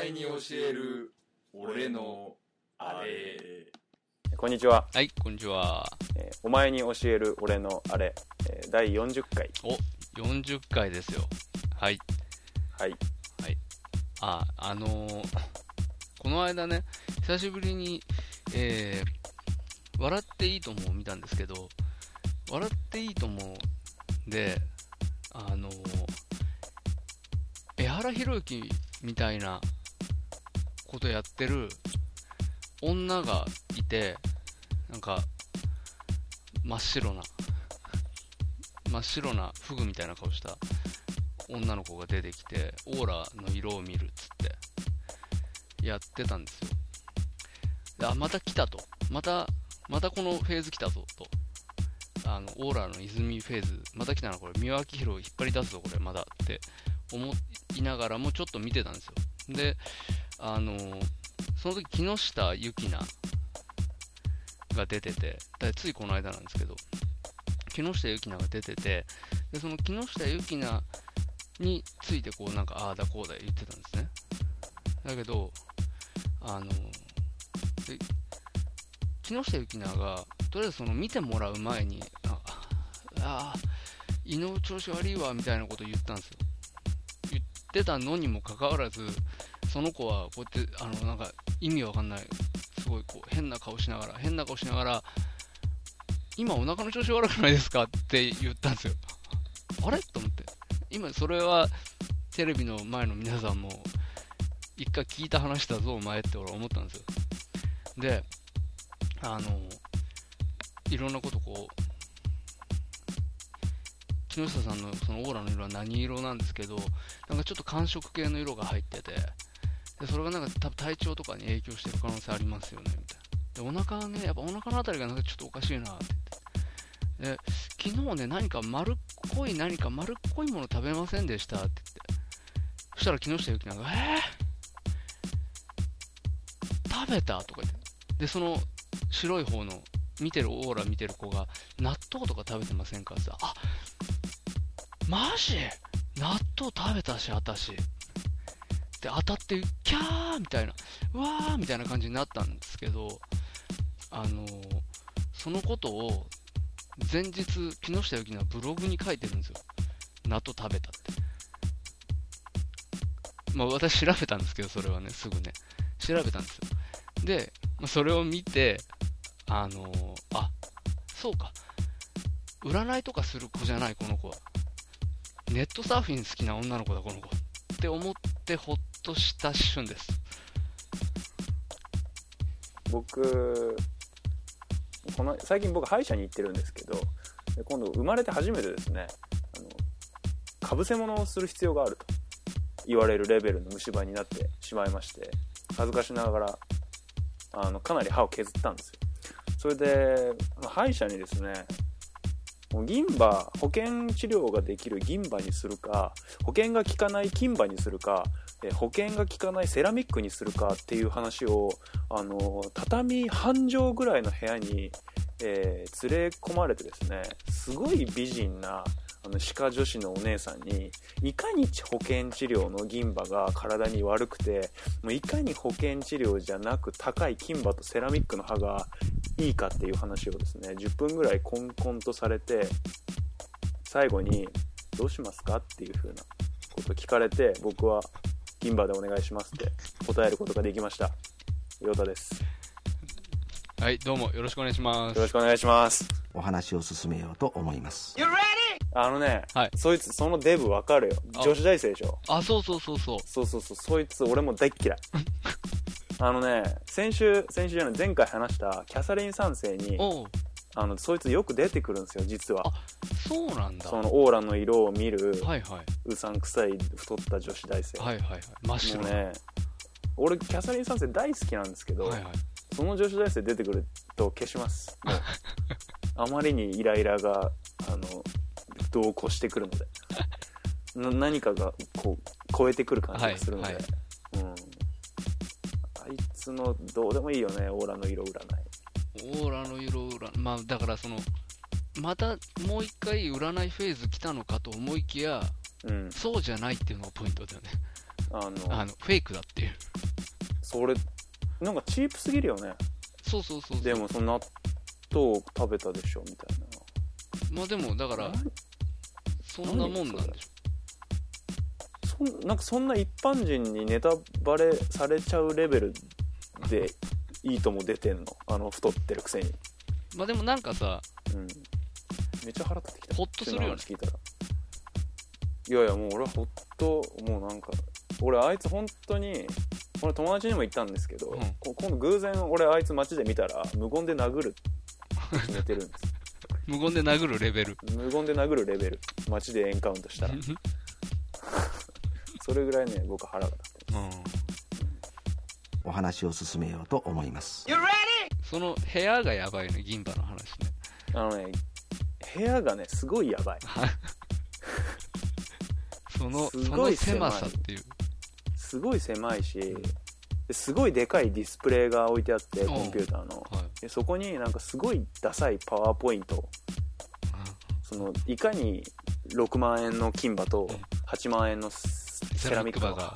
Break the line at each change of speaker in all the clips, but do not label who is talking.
える俺のあれ
こんにちは、
はい、こんにちは。
えーお前に教える俺のあれ、えー第40回
お、40回ですよ。はい。
はい
あ、あのーこの間ね、久しぶりに、えー、笑っていいともを見たんですけど、笑っていいともで、あのー江原博之みたいなことやってる女がいて、なんか、真っ白な、真っ白なフグみたいな顔した女の子が出てきてオーラの色を見るっつってやってたんですよであまた来たとまたまたこのフェーズ来たぞとあのオーラの泉フェーズまた来たなこれ三輪明宏を引っ張り出すぞこれまだって思いながらもちょっと見てたんですよであのその時木下ゆきなが出ててだついこの間なんですけど木下ゆきなが出ててでその木下ゆきなについてこうなんかああだこうだ言ってたんですねだけどあので木下ゆきながとりあえずその見てもらう前にああー胃の調子悪いわみたいなこと言ったんですよ言ってたのにもかかわらずその子はこうやってあのなんか意味わかんないすごいこう変な顔しながら変な顔しながら今お腹の調子悪くないですか って言ったんですよあれと思って今それはテレビの前の皆さんも一回聞いた話だぞお前って俺は思ったんですよであのいろんなことこう木下さんのそのオーラの色は何色なんですけどなんかちょっと寒色系の色が入っててでそれがなんか多分体調とかに影響してる可能性ありますよねみたいなでお腹はねやっぱお腹のあたりがなんかちょっとおかしいなって言ってで昨日ね何か丸っこい何か丸っこいもの食べませんでしたって言ってそしたら木下ゆきなが「えー、食べた?」とか言ってでその白い方の見てるオーラ見てる子が「納豆とか食べてませんか?」って言ったらあマジ納豆食べたし私」で当たって「キャー!」みたいな「うわー!」みたいな感じになったんですけどあのそのことを前日木下ゆきなブログに書いてるんですよ納豆食べたってまあ私調べたんですけどそれはねすぐね調べたんですよで、まあ、それを見てあのあそうか占いとかする子じゃないこの子はネットサーフィン好きな女の子だこの子って思ってほっとした瞬です
僕この最近僕歯医者に行ってるんですけどで今度生まれて初めてですねあのかぶせ物をする必要があると言われるレベルの虫歯になってしまいまして恥ずかしながらあのかなり歯を削ったんですよそれでまあ歯医者にですねもう銀歯保険治療ができる銀歯にするか保険が効かない金歯にするかえ保険が効かないセラミックにするかっていう話をあの畳半畳ぐらいの部屋に、えー連れ込まれてですねすごい美人なあの歯科女子のお姉さんにいかに保険治療の銀歯が体に悪くてもういかに保険治療じゃなく高い金歯とセラミックの歯がいいかっていう話をですね10分ぐらいコンコンとされて最後に「どうしますか?」っていう風なことを聞かれて僕は「銀歯でお願いします」って答えることができました陽太ですよ
はいどうもよろしくお願いします
ろしくお願いします
お話を進めようと思います
あのね、
はい
そいつそのデブわかるよ
あ
女子大生でしょ
あそうそうそうそう
そうそうそうそいつ俺も大っ 嫌いあのね先週先週じゃない前回話したキャサリン3世に
おう
あのそいつよく出てくるんですよ実は
あそうなんだ
そ
は
のオーラの色を見る
いは
うさんくさい太った女子大生
いはいはいはい真っ白
もう
な、
ね俺キャサリン3世大好きなんですけど、
はいはい
その女子大生出てくると消し ますもうあまりにイライラがあの同行してくるのでな何かがこう超えてくる感じがするので、
はい
うん、あいつのどうでもいいよねオーラの色占い
オーラの色占まあだからそのまたもう一回占いフェーズ来たのかと思いきや
うん
そうじゃないっていうのがポイントだよね
あの
あのフェイクだっていう
それなんかチープすぎるよね
そうそうそうそう
でもその納豆を食べたでしょみたいな
まあでもだから
何
そんなもんなんでしょ
そんなんかそんな一般人にネタバレされちゃうレベルでいいとも出てんのあの太ってるくせに、
まあでもなんかさ
うん、めっちゃ腹立ってきた
ほっとするよね
今の話聞いたらいやいやもう俺はほっともうなんか俺あいつ本当にこれ友達にも言ったんですけど、
うん
こ今度偶然俺あいつ街で見たら無言で殴るって決めてるんです
無言で殴る レベル
無言で殴るレベル街でエンカウントしたらそれぐらいね僕腹が立って
うん
お話を進めようと思います
その部屋がやばいね銀歯 の話ね
あのね、部屋がね、すごいやばい。
その
す
そ
ご
の
い狭
狭
い
さっていう
すごい狭いし、ですごいでかいディスプレイが置いてあって、
うん
コンピューターの。
はい
でそこになんかすごいダサいパワーポイント。その、いかに6万円の金歯と
うん
8万円のセ
セ
ラ
ラ
ミ
ミ
ック
ック
の
バ
歯
が、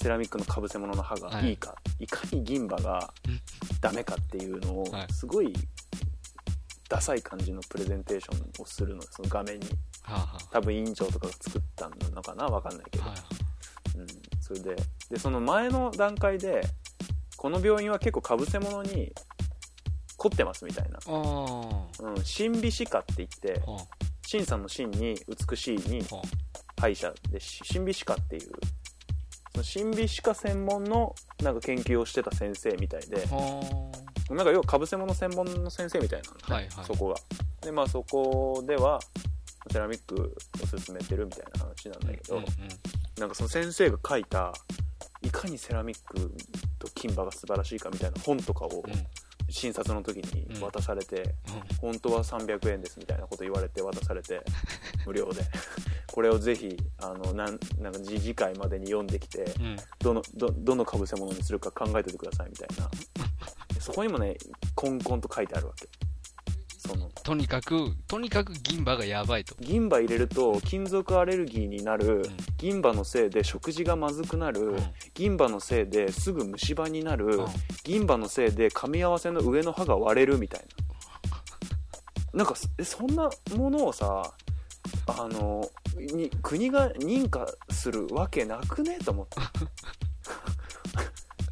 セラミックの被せ物の歯が
はい
いいか、い、かに銀歯が
うん
ダメかっていうのを
は、い
すごいダサい感じのプレゼンテーションをするの、その画面に。
はあは
多分委員長とかが作ったのかなわかんないけ
あ
ど。
はい
うん、それででその前の段階でこの病院は結構かぶせ物に凝ってますみたいな、
ああ
うん、神美歯科って言って
はあ
神さんの神に美しいに
は
歯医者でし神美歯科っていうその神美歯科専門のなんか研究をしてた先生みたいで
あは
なんか要はかぶせ物専門の先生みたいなのね、
はいはい
そこがでまあそこではセラミックを進めてるみたいな話なん
あ
だけど、
うんうん
なんかその先生が書いたいかにセラミックと金歯が素晴らしいかみたいな本とかを
うん
診察の時に渡されて、
うん
本当は300円ですみたいなこと言われて渡され て無料でこれをぜひあのなんなんか次次回までに読んできて
うん
どのどどのかぶせ物にするか考えててくださいみたいな そこにもねコンコンと書いてあるわけその
とにかくとにかく銀歯がやばいと
銀歯入れると金属アレルギーになる、
ん
銀歯のせいで食事がまずくなる、
うん
銀歯のせいですぐ虫歯になる、
うん
銀歯のせいで噛み合わせの上の歯が割れるみたいななんかそえそんなものをさあのに国が認可するわけなくねと思って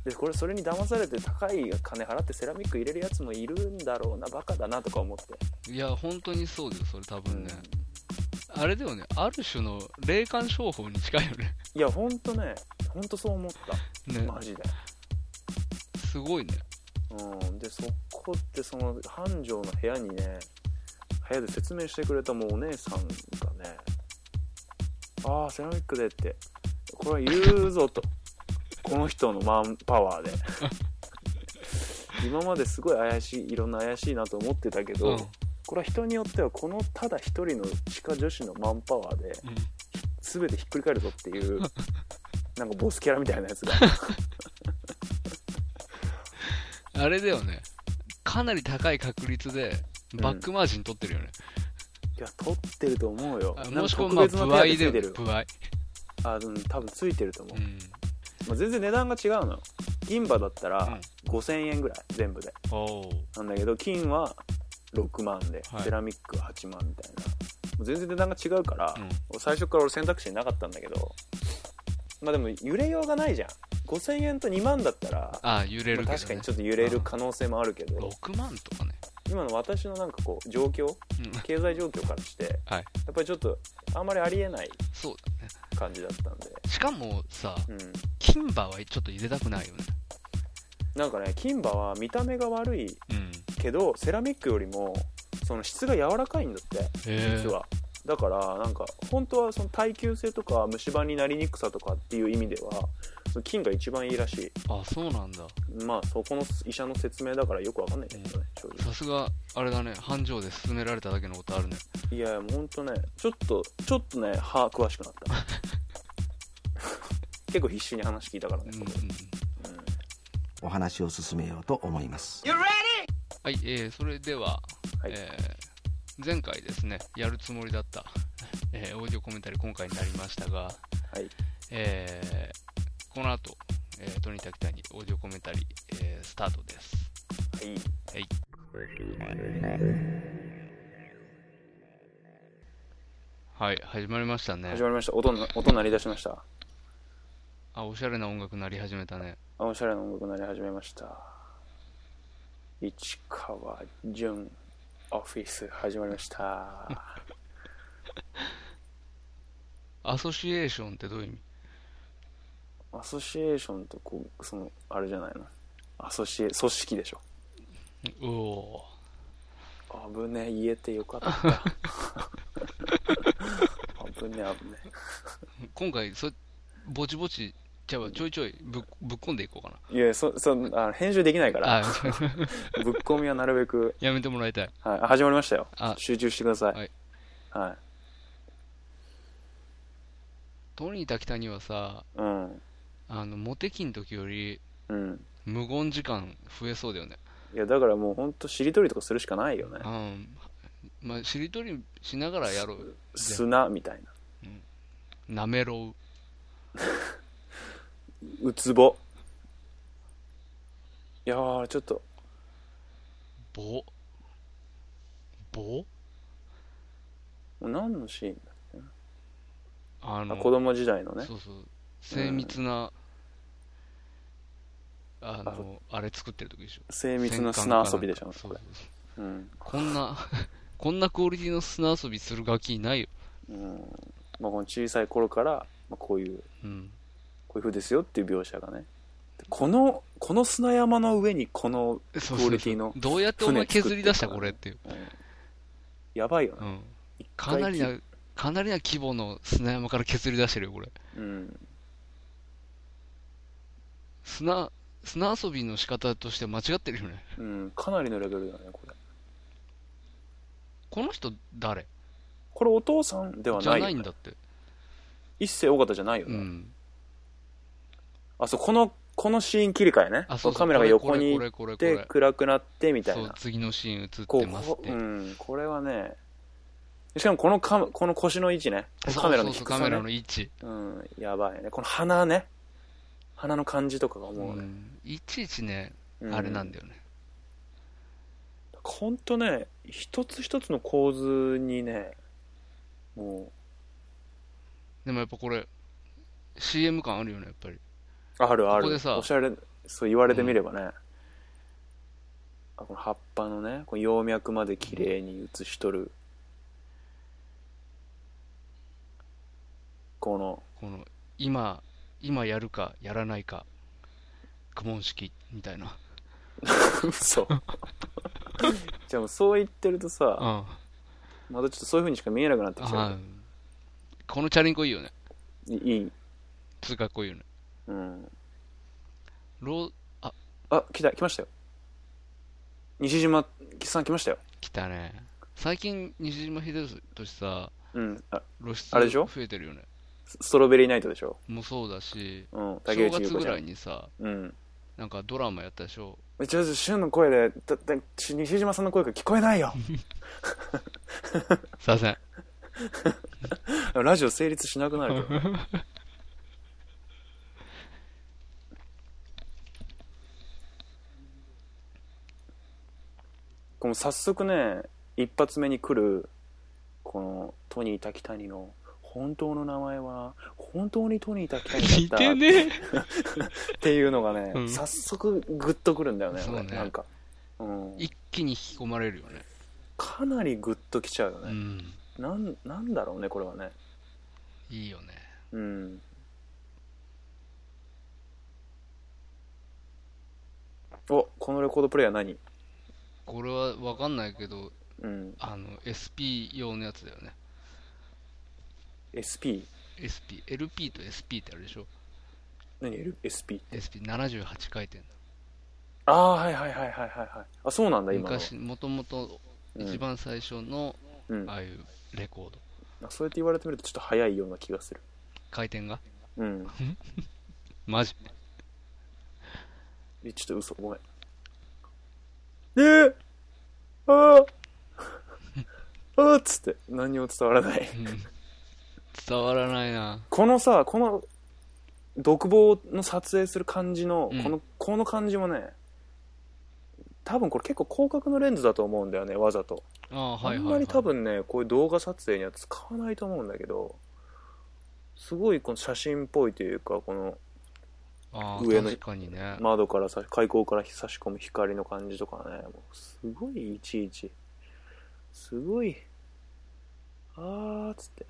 でこれそれに騙されて高い金払ってセラミック入れるやつもいるんだろうなバカだなとか思って、
いや本当にそうだよそれ多分ね
うん
あれだよねある種の霊感商法に近いよね
いやほんとねほんとそう思った
ね
マジで、
すごいね
うん、でそこってその繁盛の部屋にね部屋で説明してくれたもうお姉さんがね「ああセラミックで」ってこれは言うぞとこの人のマンパワーで 今まですごい怪しいいろんな怪しいなと思ってたけど、
うん
これは人によってはこのただ一人の歯科女子のマンパワーで
うん
全てひっくり返るぞっていう なんかボスキャラみたいなやつが
あれだよねかなり高い確率でバックマージン取ってるよね、
いや、取ってると思うよ
あ。
なん
も
か
しくは
特
まあ
別
不
な手
買
当つ
で
いてる。
不買
あ、うん、多分ついてると思う。
うん
まあ、全然値段が違うのよ。銀歯だったら5000円ぐらい、全部で。
おお
なんだけど、金は6万で、
はい
セラミックは8万みたいな。もう全然値段が違うから、
うん
最初から俺選択肢なかったんだけど、まあでも揺れようがないじゃん。5000円と2万だったら、
ああ揺れるけど、ね
まあ確かにちょっと揺れる可能性もあるけど、
6万とかね、
今の私のなんかこう、状況、
うん、
経済状況からして、
はい
やっぱりちょっと、あんまりありえない
そうだね
感じだったんで。
しかもさ
うん
金歯はちょっと入れたくないよね
なんかね金歯は見た目が悪い
うん
けどセラミックよりもその質が柔らかいんだって
へ
実は、だからなんか本当はその耐久性とか虫歯になりにくさとかっていう意味ではその金が一番いいらし
あそうなんだ
いまあそこの医者の説明だからよくわかんないけどね正
さすがあれだね繁盛で勧められただけのことあるね
直いやいやもう本当ねちょっとちょっとね歯詳しくなった 結構必死に話聞いたからね
うん
そ
うん
こで、うん
お話を進めようと思います
はいえー、それでは、
はい
えー前回ですねやるつもりだった、 えーオーディオコメンタリー今回になりましたが
はい
えーこの後えー、トニタキタにオーディオコメンタリー、えースタートです。
はい
はい。はい、始まりましたね
始。まりました音な音鳴り出しました
あ、おしゃれな音楽なり始めたね。
あおしゃれな音楽になり始めました市川淳オフィス始まりました
アソシエーションってどういう意味
アソシエーションとこうそのあれじゃないのアソシエ組織でしょ
うお
危ねえ言えてよかった危ねえ危ね
ー今回そぼちぼちじゃあちょいちょいぶっぶっこんでいこうか
えいやそそあの編集できないか
な
ら
あ
ぶっ込みはなるべく、
やめてもらいたい
はい、あ始まりましたよ
あ
集中してください
はい、
はい
トニー・タキタにはさ
うん
あのモテ期の時より
うん
無言時間増えそうだよね
いやだからもうほんとしりとりとかするしかないよね
うんまあしりとりしながらやろう
砂みたいな
なめろ
うつぼいやーちょっと
うぼぼ
もう何のシーンだ
あの
あ子供時代のね
そうそう精密な、あのあれ作ってる時でしょ
精密な砂遊びでしょ
戦
これ
艦かなんかそうそうそう
うん、
こんな こんなクオリティの砂遊びするガキいないよ、
うんまあ、この小さい頃から、まあ、こういう
うん、
こういう風ですよっていう描写がねでこのこの砂山の上にこの
そうそう
ク
そ
オ
う
リティの
どうやってお前削り出したこれっていう、
やばいよ
う
ね、
ん、かなりなかなりな規模の砂山から削り出してるよこれ
うん、
砂砂遊びの仕方として間違ってるよね
うん、かなりのレベルだねこれ
この人誰
これお父さんでは
じゃ
ないよ
ないんだって
一世尾形じゃないよ
う
ね、
ん
あそうこのこのシーン切り替えね
あそうそう
カメラが横に行
こ
っ
れこれこれこ
て
れ
暗くなってみたい
そう
な
次のシーン映って
こう
ますっ
こう、
て
うん、これはねしかもこのカこの腰の位置ねこのカメラの
そ
低
うそうそう
さ、
カメ
ね、
ラの位置、
うんやばいねこの鼻ね鼻の感じとかがもう
う
ね、
んいちいちね、
うん
あれなんだよね
ほんとね一つ一つの構図にねも
でもやっぱこれ CM 感あるよねやっぱり
うあるある
ここでさ
おしゃれそう言われてみればね、あこの葉っぱのねこの葉脈まで綺麗に写しとるこの
この今今やるかやらないか苦問式みたいな
嘘 じゃあもうそう言ってるとさ、
うん
またちょっとそういう風にしか見えなくなってきちゃ
あこのチャリンコいいよね
う。いいい。
通かっこいいよね
うん。
ローあ
あ、来た、来ましたよ。西島さん来ましたよ。
来たね最近西島秀俊さ
うん。あ
露出
あれでしょ
増えてるよね
スストロベリーナイトでしょ。
もそうだし
うん。竹
正
内優
月
子
ぐ
ちゃ
らい
ん。
にさ
うん。
なんかドラマやったでしょ
ちょっと、旬の声で、だだ西島さんの声が聞こえない よ。
すいません
ラジオ成立しなくな るけど。この早速ね一発目に来るこのトニー・タキタニの本当の名前は本当にトニー・タキタニ
似
だった
てね
っていうのがね、
うん
早速グッとくるんだよね
そうね
なんか、うん、
一気に引き込まれるよね
かなりグッときちゃうよ
う
ね、
ん
なんなんだろうねこれはね
いいよね
うんおこのレコードプレイヤー何
これは分かんないけど
うん
あの SP 用のやつだよね
SP
SPLP と SP ってあるでしょ
何 L SP
SP78 回転
ああはいはいはいはいはいはいあそうなんだ今の
昔もともと
うん
一番最初の
うん
ああいうレコード
あそうやって言われてみるとちょっと早いような気がする
回転が
うん
マジ
えちょっと嘘ごめんえー、あー あーっつって何にも伝わらない
伝わらないな
このさこの独房の撮影する感じの
うん
この,、この感じもね多分これ結構広角のレンズだと思うんだよねわざと、
ああはいはい、はい、
あんまり多分ねこういう動画撮影には使わないと思うんだけどすごいこの写真っぽいというかこの
ああ
上の
確かにね、
窓からさ開口から差し込む光の感じとかねもうすごいいちいちすごいあーっつって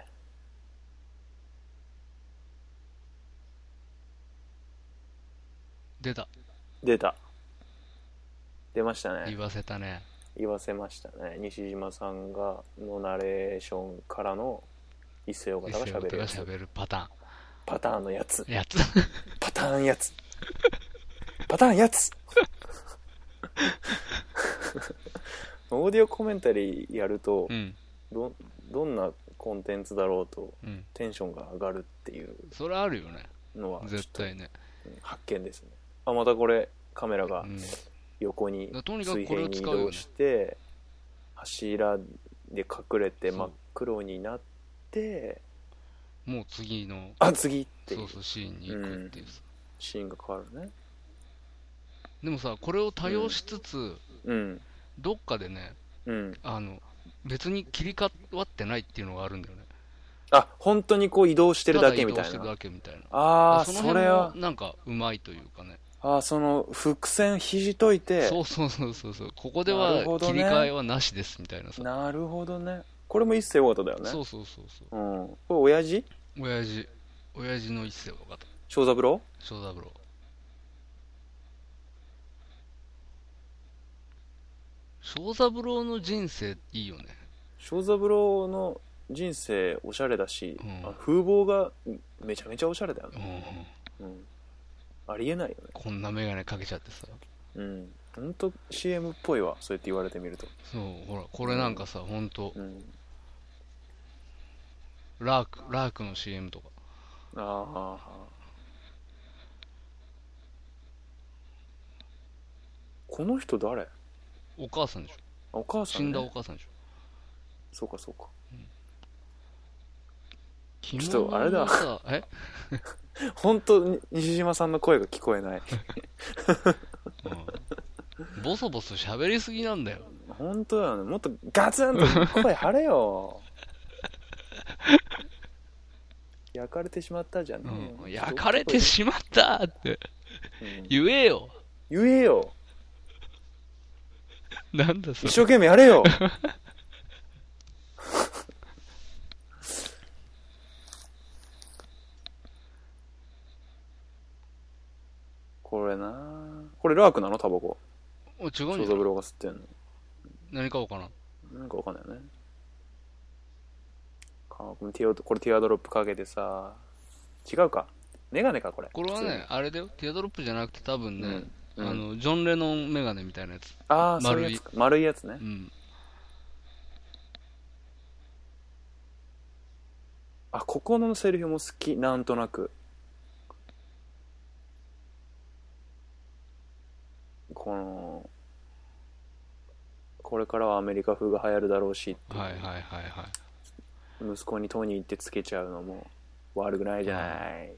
出た
出た出ましたね
言わせたね
言わせましたね西島さんがのナレーションからの一斉尾
伊
形が
勢
喋
音
る
が
やつ
喋るパタ
パターンのやつ
ーン やつ
パターンやつパターンやつオーディオコメンタリーやると
うん
どどんなコンテンツだろうと
うん
テンションが上がるっていう
それあるよね
のはちょっ
絶
と
対ね、
うん発見ですねあまたこれカメラが
うん、
横に
だとにかく
水
これ
平に
を使
移
うよね
動して柱で隠れて
そう
真っ黒になって
もう次の
あ次ってい
そううそうシーンに行くっていうさ、
シーンが変わるね
でもさこれを多用しつつ、
うん
どっかでね
うん
あの別に切り替わってないっていうのがあるんだよね
あ本当にこう移動してるだけみた
だ
い
移動してる
な
だけみたいな
ああ
そ
そ
の辺
れ
も
は
なんかうまいというかね
ああその伏線ひじといて
そうそうそうそうそうここで
な
は
るほど
切
ね
り替えはなしですみたいなさ
なるほどねこれも一世尾形だよね、
そうそうそうそう
ん、これ親父
う親父親父の一世の方
正三郎
翔三郎翔三郎の人生いいよね
正三郎の人生おしゃれだし、
うん
あ風貌がめちゃめちゃおしゃれだよね
う、ん
うん、ありえないよね
こんな眼鏡かけちゃってさ
うん本当 CM っぽいわそうやって言われてみると、
そうほらこれなんかさ本当
うん、
ラークラークの CM とか
ああこの人誰あ
お母さんでしょ
お母さ
死
ん、ね、
んだお母さんでしょ
そうかそうか
着
ちょっとあれだ
物のさ え、
本当に西島さんの声が聞こえない
うん、ボソボソ喋りすぎなんだよ
本当だよねもっとガツンと声張れよ焼かれてしまったじゃん、
うん、焼かれてしまったって
うん
言えよ
言えよ
なんだ
一
それ
生懸命やれよ これなあこれラークなのタバコ
お違う
正
んじゃ
三
ない
郎が吸ってんの
何買おうかな
なんかわかんないよねかティオこれティアドロップかけてさ違うかメガネかこれ
これはねあれだよティアドロップじゃなくて多分
普通
ね、
にうん
あ
うん
のジョン・レノンメガネみたいなやつ
ああそう
丸
いう
い
やつか丸いやつね
うん
あここのセリフも好きなんとなくこのこれからはアメリカ風が流行るだろうしっていう
はいはいはいはい
息子にトニーってつけちゃうのも悪くないじゃない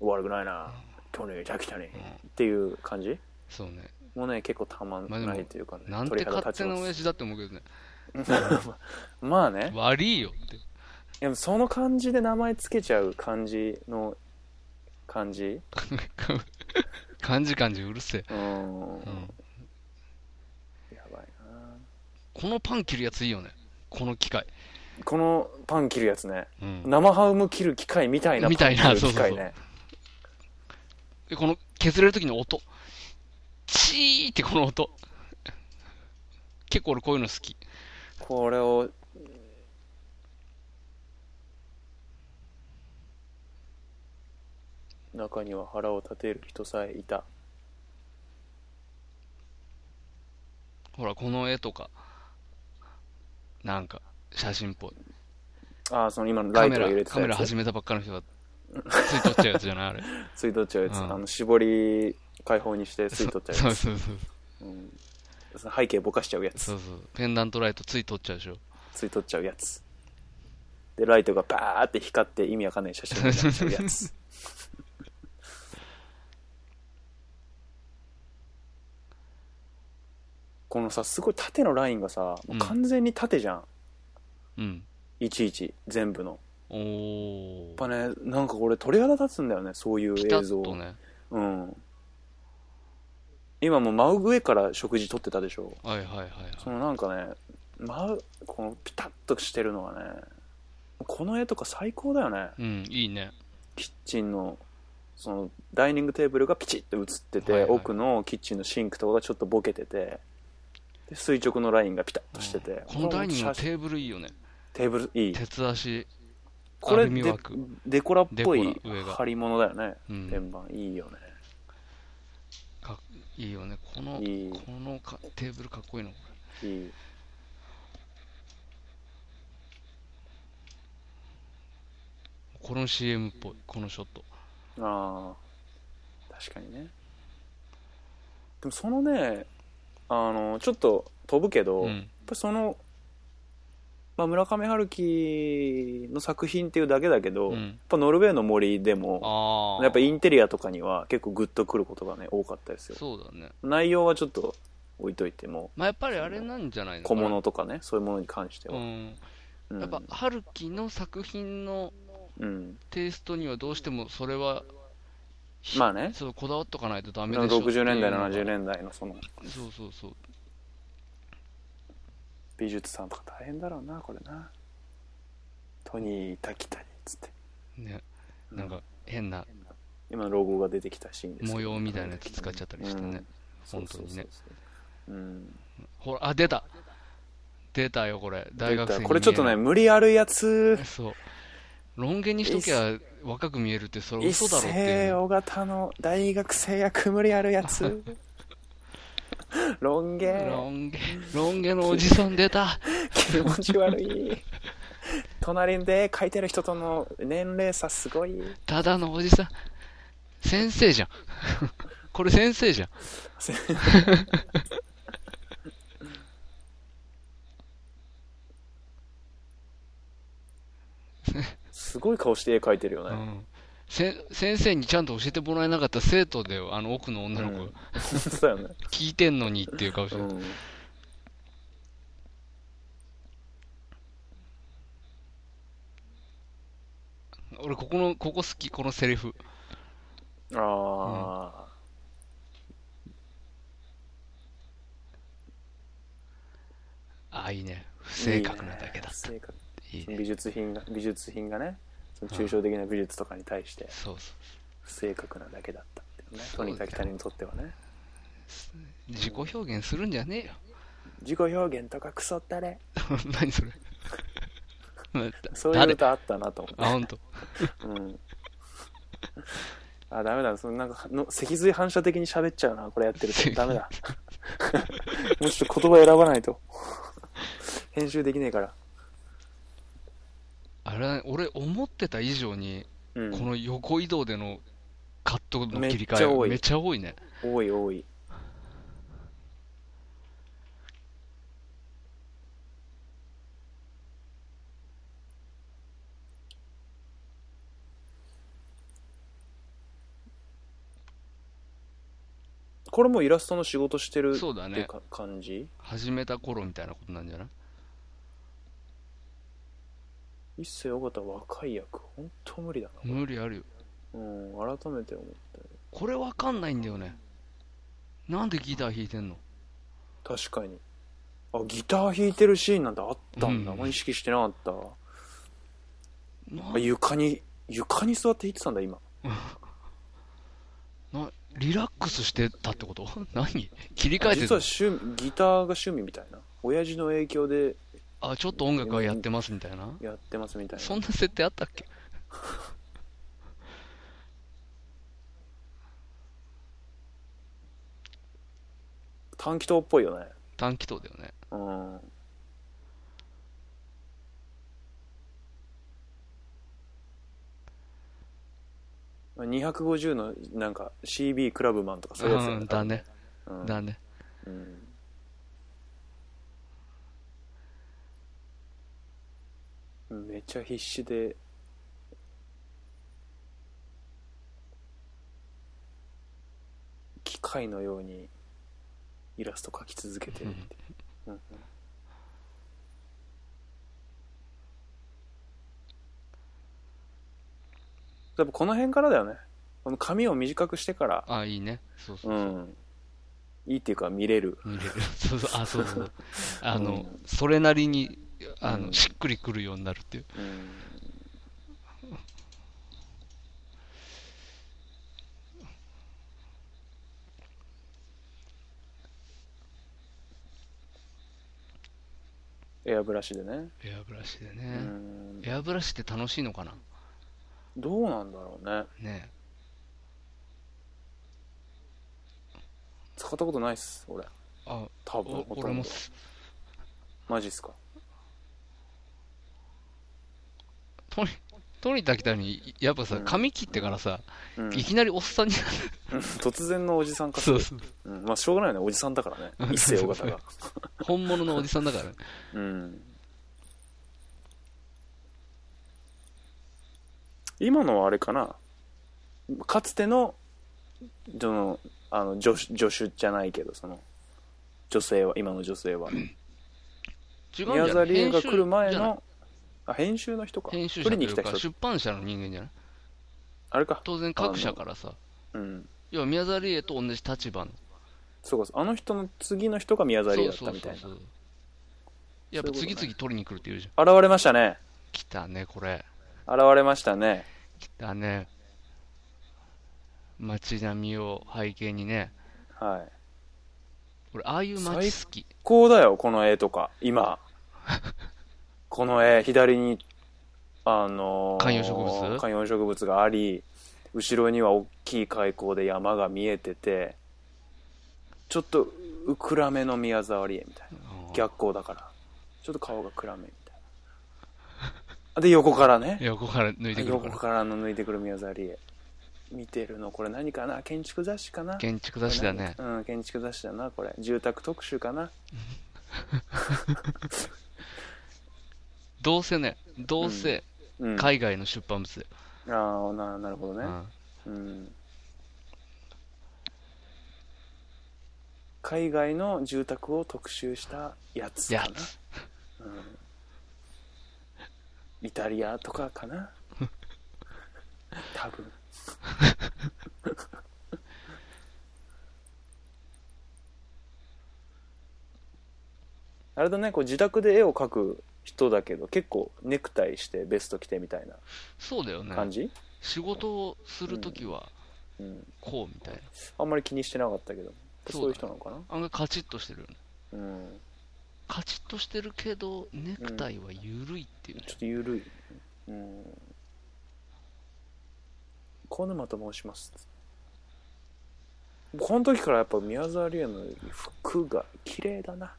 悪くないなトニーじゃ来たね
うん
っていう感じ
そうね
もうね結構たまん
まあでも
ないというかね、
なんて
鳥肌立
勝手
ち
な
ま
親
す
父だって思うけどね
まあね
悪いよって
でもその感じで名前つけちゃう感じの感じ
感じ感じうるせ
う
え、
ん
うん、
やばいな
このパン切るやついいよねこの機械、
このパン切るやつね
うん、
生ハム切る機械みたいな
みたいな
パン切る機械ね
でこの削れる時の音チーってこの音結構俺こういうの好き
これを中には腹を立てる人さえいた
ほらこの絵とかなんか写真っぽい
ああその今のラ
カ
イト
メ
が
ラ
揺れて
カ
た
メラ
や
始
つ
めたばっかの人が つい取っちゃうやつじゃないあ れ
吸い取っちゃうやつ、
うん
あの絞り解放にして吸い取っちゃう
そう
やつ、
そうそう
うん、その背景ぼかしちゃうやつ
そうそうペンダントライトつい取っちゃうでしょ
吸い取っちゃうや つでライトがバーって光って意味わかんない写真になっちゃうやつこのさすごい縦のラインがさもう完全に縦じゃん、
うん。
いちいち全部の
おお。
やっぱねなんか俺鳥肌立つんだよねそういう
ピタ
映像
ッとね。
うん今もう真上から食事とってたでしょ
はいはいはい
そ
は
のなんかね真このピタッとしてるのはねこの絵とか最高だよね
い。うん、いいね。
キッチンのそのダイニングテーブルがピチッと映ってて、
はいはい
奥のキッチンのシンクとかがちょっとボケててで垂直のラインがピタッとしてて、
このダイニングの
こ
テ
れも写
ーブルいいよね。
テーブルいい
鉄足。
これ
アルミ
で
枠
デコラっぽい
デコラ上が
張り物だよね、
うん
天板いいよね
かいいよね。この、
いい
このかテーブルかっこいいの。これ
いい
この CM っぽい。このショット。
ああ確かにねでもそのねあのちょっと飛ぶけど、
う
やっ
ん。
ぱりその、まあ、村上春樹の作品っていうだけだけど、
う
やっ
ん。
ぱノルウェーの森でも
ああ。
やっぱインテリアとかには結構グッとくることがね多かったですよ
そうだね。
内容はちょっと置いといても
まあ、やっぱりあれなんじゃないのか
小
な
物とかねそういうものに関して
う
は、
ん。
うん、
やっぱ、春樹の作品の
うん
テイストにはどうしてもそれは、ひ
まあね
そうこだわっとかないとダメでしょっていう
60年代
のが
70年代のその
そうそうそう。
美術さんとか大変だろうなこれなトニー・タキタニっつって
ね、なんか変な
今のロゴが出てきたシーンです
模様みたいなやつ使っちゃったりしてね、本当にね。
うん
ほらあ出た出たよこれ大学生に見える
これちょっとね無理あるやつ
そうロン毛にしときゃ若く見えるってそれ
一
嘘だろってい
世
う
尾形の大学生役無理あるやつロン毛
ロン毛ロン毛のおじさん出た
気持ち悪い隣で書いてる人との年齢差すごい
ただのおじさん先生じゃん これ先生じゃん
すごい顔して絵描いてるよね、
うん、せ先生にちゃんと教えてもらえなかった生徒だよ、あの奥の女の子、
うん本当だよね
聞いてんのにっていう顔して
う
る、
ん
俺ここの、ここ好き、このセリフ、
ああ、
ああ、いいね、不正確なだけだ
不正確
いいね、
美術品が美術品がねその抽象的な美術とかに対して
そうそう、
不正確なだけだったっていうね
そ
と
うだ
に
よ
かく他人にとってはね
自己表現するんじゃねえよ、
自己表現とかクソったれ
何それ、
そういう
誰
歌あったなと思
あ、ほんと、
って、うん、あダメだそのなんかの脊髄反射的に喋っちゃうなこれやってるとダメだもうちょっと言葉選ばないと編集できねえから、
あれ、俺、思ってた以上に、
うん、
この横移動でのカットの切り
めっちゃ
替
多
え、
い
めっちゃ多いね、
多い多いこれもイラストの仕事してるって
そうだね
いうか感じ
始めた頃みたいなことなんじゃない
一世尾形若い役本当無理だな、
無理あるよ。
うん、改めて思っ
これわかんないんだよねなんでギター弾いてんの
た確かにあギター弾いてるシーンなんてあったんだ、あ
うん
んま意識してなかった
な
あ床に床に座って弾いてたんだ今
なリラックスしてたってこと 何切り替えて
実
た
は趣味ギターが趣味みたいな親父の影響で
あちょっと音楽はやってますみたいな
やってますみたいな
そんな設定あったっけ
短気筒っぽいよね
短気筒だよね
うん250のなんか CB クラブマンとかそういうやつ
うんだね
うん
だね
うんめっちゃ必死で機械のようにイラスト描き続けてるって、うんうんやっぱこの辺からだよねこの髪を短くしてから
あいいねそうそうう、
んいいっていうか見れる
見れるそうそうあそう そうあ
う
の、
ん
それなりにあの、
うん
しっくりくるようになるっていう
うんエアブラシでね、
エアブラシで
う
ね、
ん、
エアブラシって楽しいのかな
どうなんだろうね
ね
使ったことないっす俺
あ
多分
お
ほと
俺
ん
も
ど
す
マジっすか
とにとにたきたにやっぱさ
うん
髪切ってからさ、
うん
いきなりおっさんになる、
突然のおじさんか
そうそう
うん、まあしょうがないよねおじさんだ からね一世尾形が
本物のおじさんだからね
うん今のはあれかなかつてのそのあの助手助手じゃないけどその女性は今の女性は
違うんじゃ
宮
な
沢
い
りえが来る前
編集じゃない
のあ編集の人か
編集
取
者
り
と
に
い
来
う
た
か
人
出版社の人間じゃない
あれか
当然各社からさ
うん
要は宮沢りえと同じ立場の
そうかそうあの人の次の人が宮沢りえだっ
そ
た
う
み
そ
た
う
いな
そうそうやっぱ
そういうことね
次々取りに来るって言うじゃん
現れましたね
来たねこれ
現れましたね
来たね街並みを背景にね
はい
俺ああいう街好き
こうだよ、この絵とか、今。 この絵、左に、あのー
観葉植物
観葉植物があり、後ろには大きい開口で山が見えてて、ちょっと、う暗めの宮沢りえみたいな。
うん
逆光だから。ちょっと顔が暗めみたいな。で、横からね。
横から抜いてくるか
横
ら
からの抜いてくる宮沢りえ。見てるの、これ何かな建築雑誌かな
建築雑誌だね
うん、建築雑誌だな、これ。住宅特集かな
どうせねどうせ
うん。
海外の出版物だよ、
ああななるほど
う
ね、
ん
うん、海外の住宅を特集したやつか
や
な
つ
イタリアとかか な多分 あれだねこう自宅で絵を描く人だけど結構ネクタイしてベスト着てみたい
そうだよ
な感
ね
じ、
仕事をするときは
うん、
こうみたいな
あんまり気にしてなかったけどそういう人なのかな
案外カチッとしてるよね
うん
カチッとしてるけどネクタイは緩いっていうね
ちょっとゆるい。うん。小沼と申します。この時からやっぱ宮沢りえの服が綺麗だな。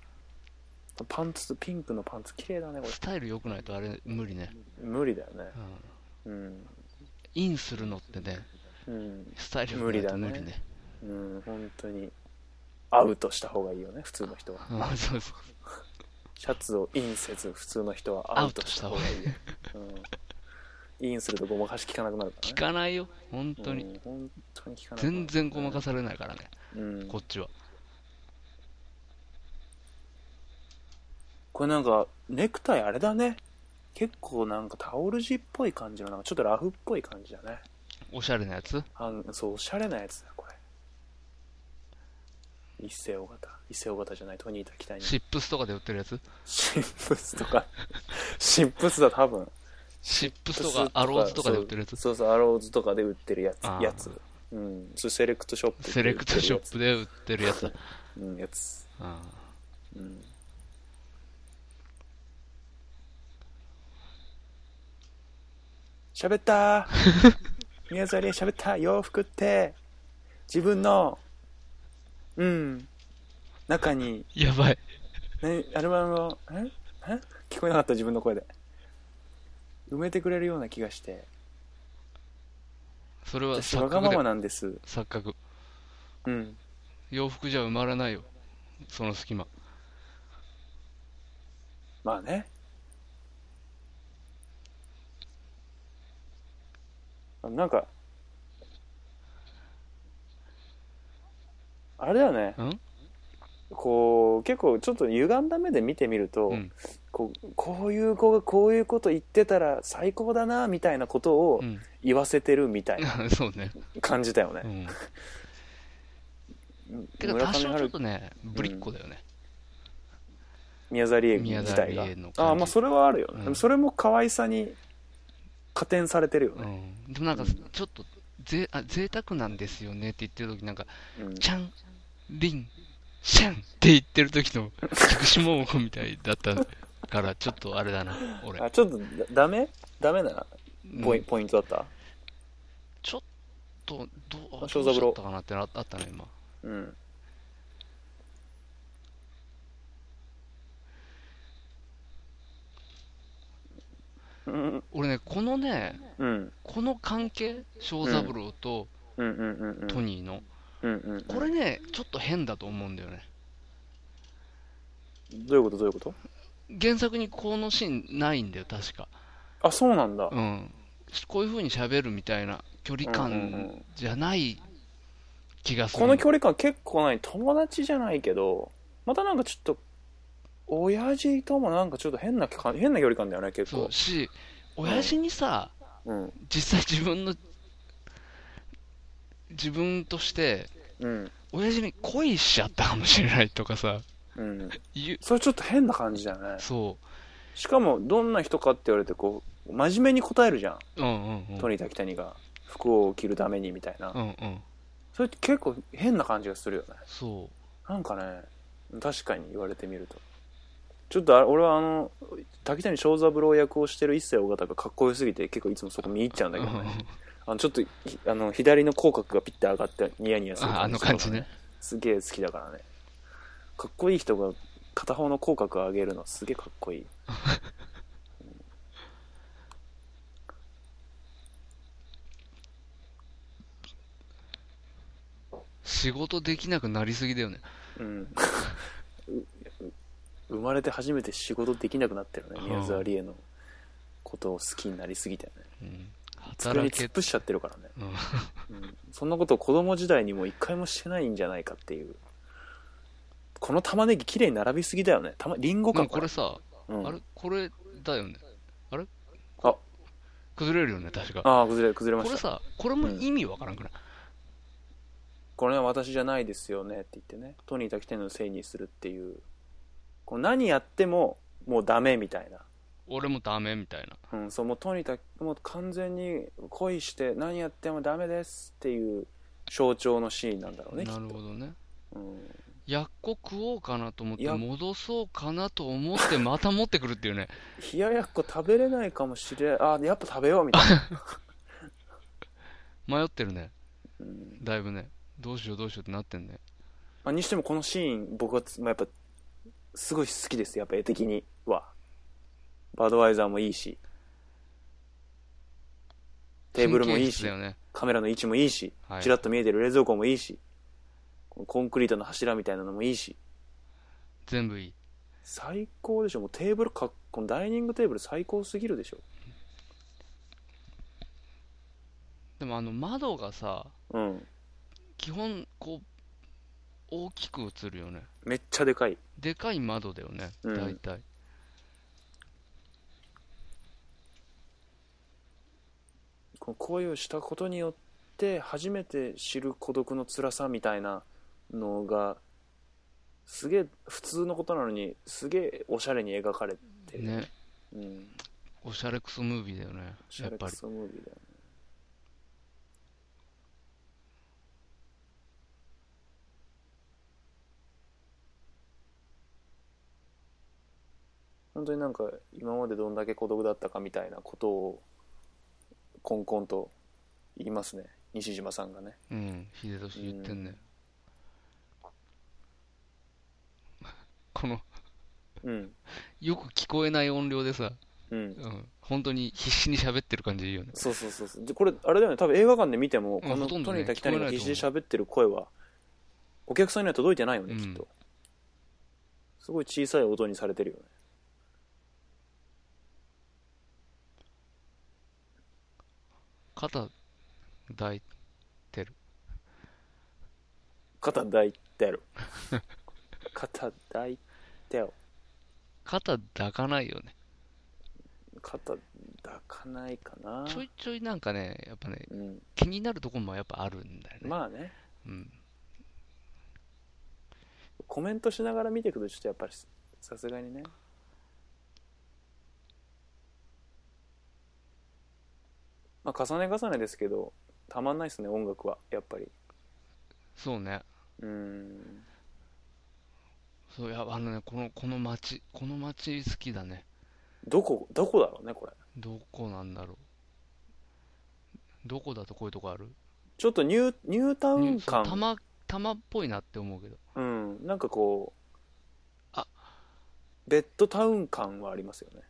パンツ、ピンクのパンツ綺麗だね、こ
スタイル良くないとあれ無理ね、
れ。無理だよね。
うん、
うん。
インするのってね
うん。
スタイル良くないと
無
無
理だね
理
う
ね
ん、本当に。アウトした方がいいよね、普通の人は。
うんそうそう
シャツをインせず、普通の人は
ア
ア
ウ
ウ
ト
ト
し
したた
方
方
が
が
い
い
い
い。うん。インするとごまかし効かなくなるからね。
聞かないよ本当
う
に
ん本当に聞かない
全然ごまかされないからね
うん
こっちは
これなんかネクタイあれだね結構なんかタオル地っぽい感じのなんかちょっとラフっぽい感じだね
おしゃれなやつ
あんそうおしゃれなやつだこれ一世尾形一世尾形じゃないトニータ期待に
シップスとかで売ってるやつ
シップスとか シップスだ多分
シップスとかアローズとかで売ってるやつ
そうそうそうアローズとかで売ってるやつ
あー
やつうんそれセレクトショップで
セレクトショップ
売ってる
で売ってるやつだ、
やつうんやつ
うん、
うん喋ったー宮沢りえ喋った洋服って自分のうん中に
やばい
何アルバムをええ聞こえなかった自分の声で埋めてくれるような気がして
それは
私
錯
わが
覚
ま
で
まなんです
錯覚
うん
洋服じゃ埋まらないよその隙間
まあねあなんかあれだよね
うん
こう結構ちょっと歪んだ目で見てみると、
うん
こうこういう子がこういうこと言ってたら最高だなみたいなことを
うん
言わせてるみたいな
そうね、
感じだよね
う。ん、
うん
てか
村上
多少ちょっ
春
と
樹
ねぶりっ子だよね、
宮沢りえ
宮
自
沢
体
り
が
えの感じ
ああまあそれはあるよ
う
ね、
ん
でもそれも可愛さに加点されてるよ
う
ね、
ん、でもなんか
うん
ちょっとぜあ贅沢なんですよねって言ってる時なんか
うん
「ちゃんりんシャン」って言ってる時の菊池桃子みたいだったからちょっとあれだな俺
あちょっとだダメダメなポイ,、
うん
ポイントだった
ちょっとどう
あ
ど
正
う
三郎
しちゃったかなってなあったね今
うんうん
俺ねこのね
うん
この関係正三郎と
うんうんうんうん
トニーの、
うんうんうん
これねちょっと変だと思うんだよね
どういうことどういうこと
原作にこのシーンないんだよ確か
あそうなんだ、
うんこういう風に喋るみたいな距離
うんうんう
感
ん
じゃない気がする
この距離感結構ない友達じゃないけどまたなんかちょっと親父ともなんかちょっと変なか変な距離感だよね結
そ
構
うし親父にさ、
うん
実際自分の自分として
うん
親父に恋しちゃったかもしれないとかさ
うん
言う
それちょっと変な感じだよね
そ
しかもどんな人かって言われてこう真面目に答えるじゃん
ううんうんうん
トニー・タキタニが服を着るためにみたいな、
うんうん
それって結構変な感じがするよね
そ
なんかね確かに言われてみるとちょっとあ俺はあの滝谷正三郎役をしてる一世尾形がかっこよすぎて結構いつもそこ見入っちゃうん
う
だけどね、
うんうん
あのちょっとひあの左の口角がピッて上がってニヤニヤする
ああの感じね
すげえ好きだからねかっこいい人が片方の口角を上げるのすげえかっこいいうん
仕事できなくなりすぎだよね
うん、生まれて初めて仕事できなくなったよね
うん
宮沢りえのことを好きになりすぎてね
うん
机
働
に突
け
っ伏しちゃってるからね、
うん
うん、そんなことを子供時代にも一回もしてないんじゃないかっていうこの玉ねぎ綺麗に並びすぎだよねたまリンゴ
まあ
か
これさ
うん
あれこれだよねあれ
あ
崩れるよね確か
ああ崩れ崩れまし
これ
たこれ
さこれも意味わからんくない
は私じゃないですよねって言ってねトニー・タキテンのせいにするっていうこう何やってももうダメみたいな
俺もダメみたいな
うん、そうもうとにかくもう完全に恋して何やってもダメですっていう象徴のシーンなんだろうね
なる
きっ
ほどね
と、うん、
やっこ食おうかなと思って
やっ
戻そうかなと思 ってまた持ってくるっていうね
冷ややっこ食べれないかもしれんあやっぱ食べようみたい な、
迷ってるね
うん
だいぶねどうしようどうしようってなってんね
まあ、にしてもこのシーン僕はつ、まあ、やっぱすごい好きですやっぱ絵的にはバドワイザーもいいしテーブルもいいし
神経質だよね
カメラの位置もいいし、
はい
ちらっと見えてる冷蔵庫もいいしこのコンクリートの柱みたいなのもいいし
全部いい
最高でしょもうテーブルかっこのダイニングテーブル最高すぎるでしょ
でもあの窓がさ
うん
基本こう大きく映るよね
めっちゃでかい
でかい窓だよね
うん
大体、
この恋をしたことによって初めて知る孤独の辛さみたいなのがすげえ普通のことなのにすげえおしゃれに描かれてる、
ね
うん、
おしゃれクソムービーだよね
おし
や
ゃ
っ
れ
ぱ
ク
り
ソムービーだよね本当になんか今までどんだけ孤独だったかみたいなことをこんこんと言いますね西島さんがね
うん秀俊言ってんね、 この
うん
よく聞こえない音量でさ、
うん
うん、本当に必死に喋ってる感じいいよね
そうそうそうそうでこれあれだよね多分映画館で見ても
うん
この
ほとんど
ト
ね
ニー・タキタニが
聞こえない
必
と
死で
思う
喋ってる声はお客さんには届いてないよね、
うん
きっとすごい小さい音にされてるよね
肩抱い
肩抱いてやる肩抱いてよ
肩抱かないよね。
肩抱かないかな
ちょいちょいなんかね、やっぱね、
うん、
気になるとこもやっぱあるんだよね。
まあね
うん。
コメントしながら見ていくとちょっとやっぱりさすがにねまあ重ね重ねですけどたまんないですね音楽はやっぱり
そうね。
うん
そういや、あのね、この、この街、この街好きだね。
どこどこだろうねこれ
どこなんだろう。どこだとこういうとこある
ちょっとニューニュータウン
そう
感
玉、玉っぽいなって思うけど。
うんなんかこう
あ
ベッドタウン感はありますよね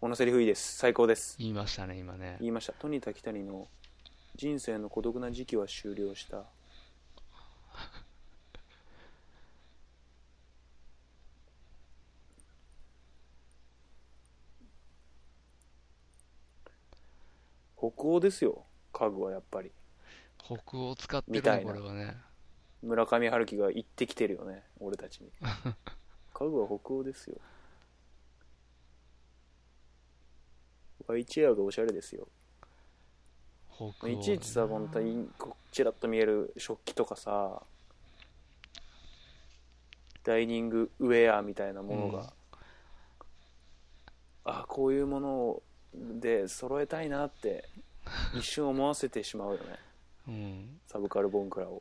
このセリフいいです最高です
言いましたね、今ね。
言いました「トニタキタニの人生の孤独な時期は終了した」北欧ですよ家具はやっぱり
北欧使って
み
る
た
ね、
いな
これはね。
村上春樹が言ってきてるよね俺たちに家具は北欧ですよワイチェアがおしゃれですよ
北欧、
いちいちさ、このたいこうちらっと見える食器とかさ、ダイニングウェアみたいなものが、
うん
あこういうものをで揃えたいなって一瞬思わせてしまうよ ね、
うん。
サブカルボンクラを。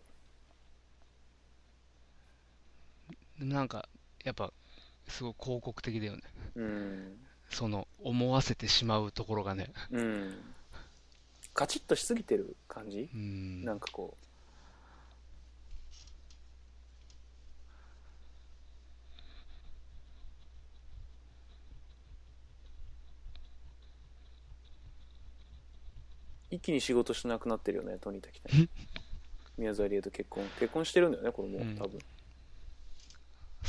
でもなんか、やっぱ、すごい広告的だよね。
うん。
その、思わせてしまうところがね。
うん。カチッとしすぎてる感じ
うん。
なんかこう一気に仕事しなくなってるよねトニータキタニ宮沢りえと結婚結婚してるんだよねこれもう
うん
多分、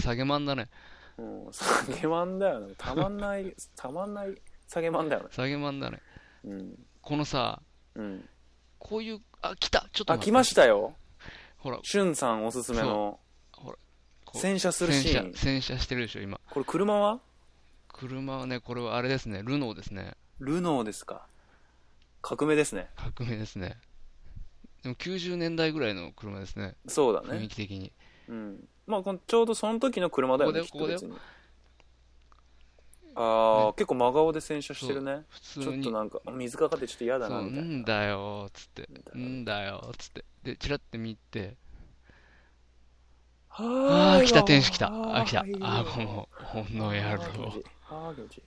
下げまんだね。
うん下げまんだよねたまんないたまんない下げまんだよね
下げまんだね。
うん
このさ、
うん
こういう、あ、来たちょっと
あ
待って。
来ましたよ
ほら、
しゅんさんおすすめの
こう
洗車するシーン
洗車、洗車してるでしょ、今。
これ車は
車はね、これはあれですね、ルノーですね。
ルノーですか革命ですね
革命ですね。でも90年代ぐらいの車ですね、
そうだ
雰囲
ね、
気的に。
うん、まあこのちょうどその時の車だよね
ここだ
き
よ
っと別にああ、
ね
結構真顔で洗車してるね
普
ち
通
ょっ
に、
となんか水かかってちょっと嫌だ
そ
なみ
う、う
たいな、
んだよ、つって
み、た
う
いなん
だよ、つって。で、チラって見て、
は
あ
ー
あ、
い
来た、天使来た。
はーい
あー来た。あー、この、この野
あー気持ちい
郎
い。あー気持ちいい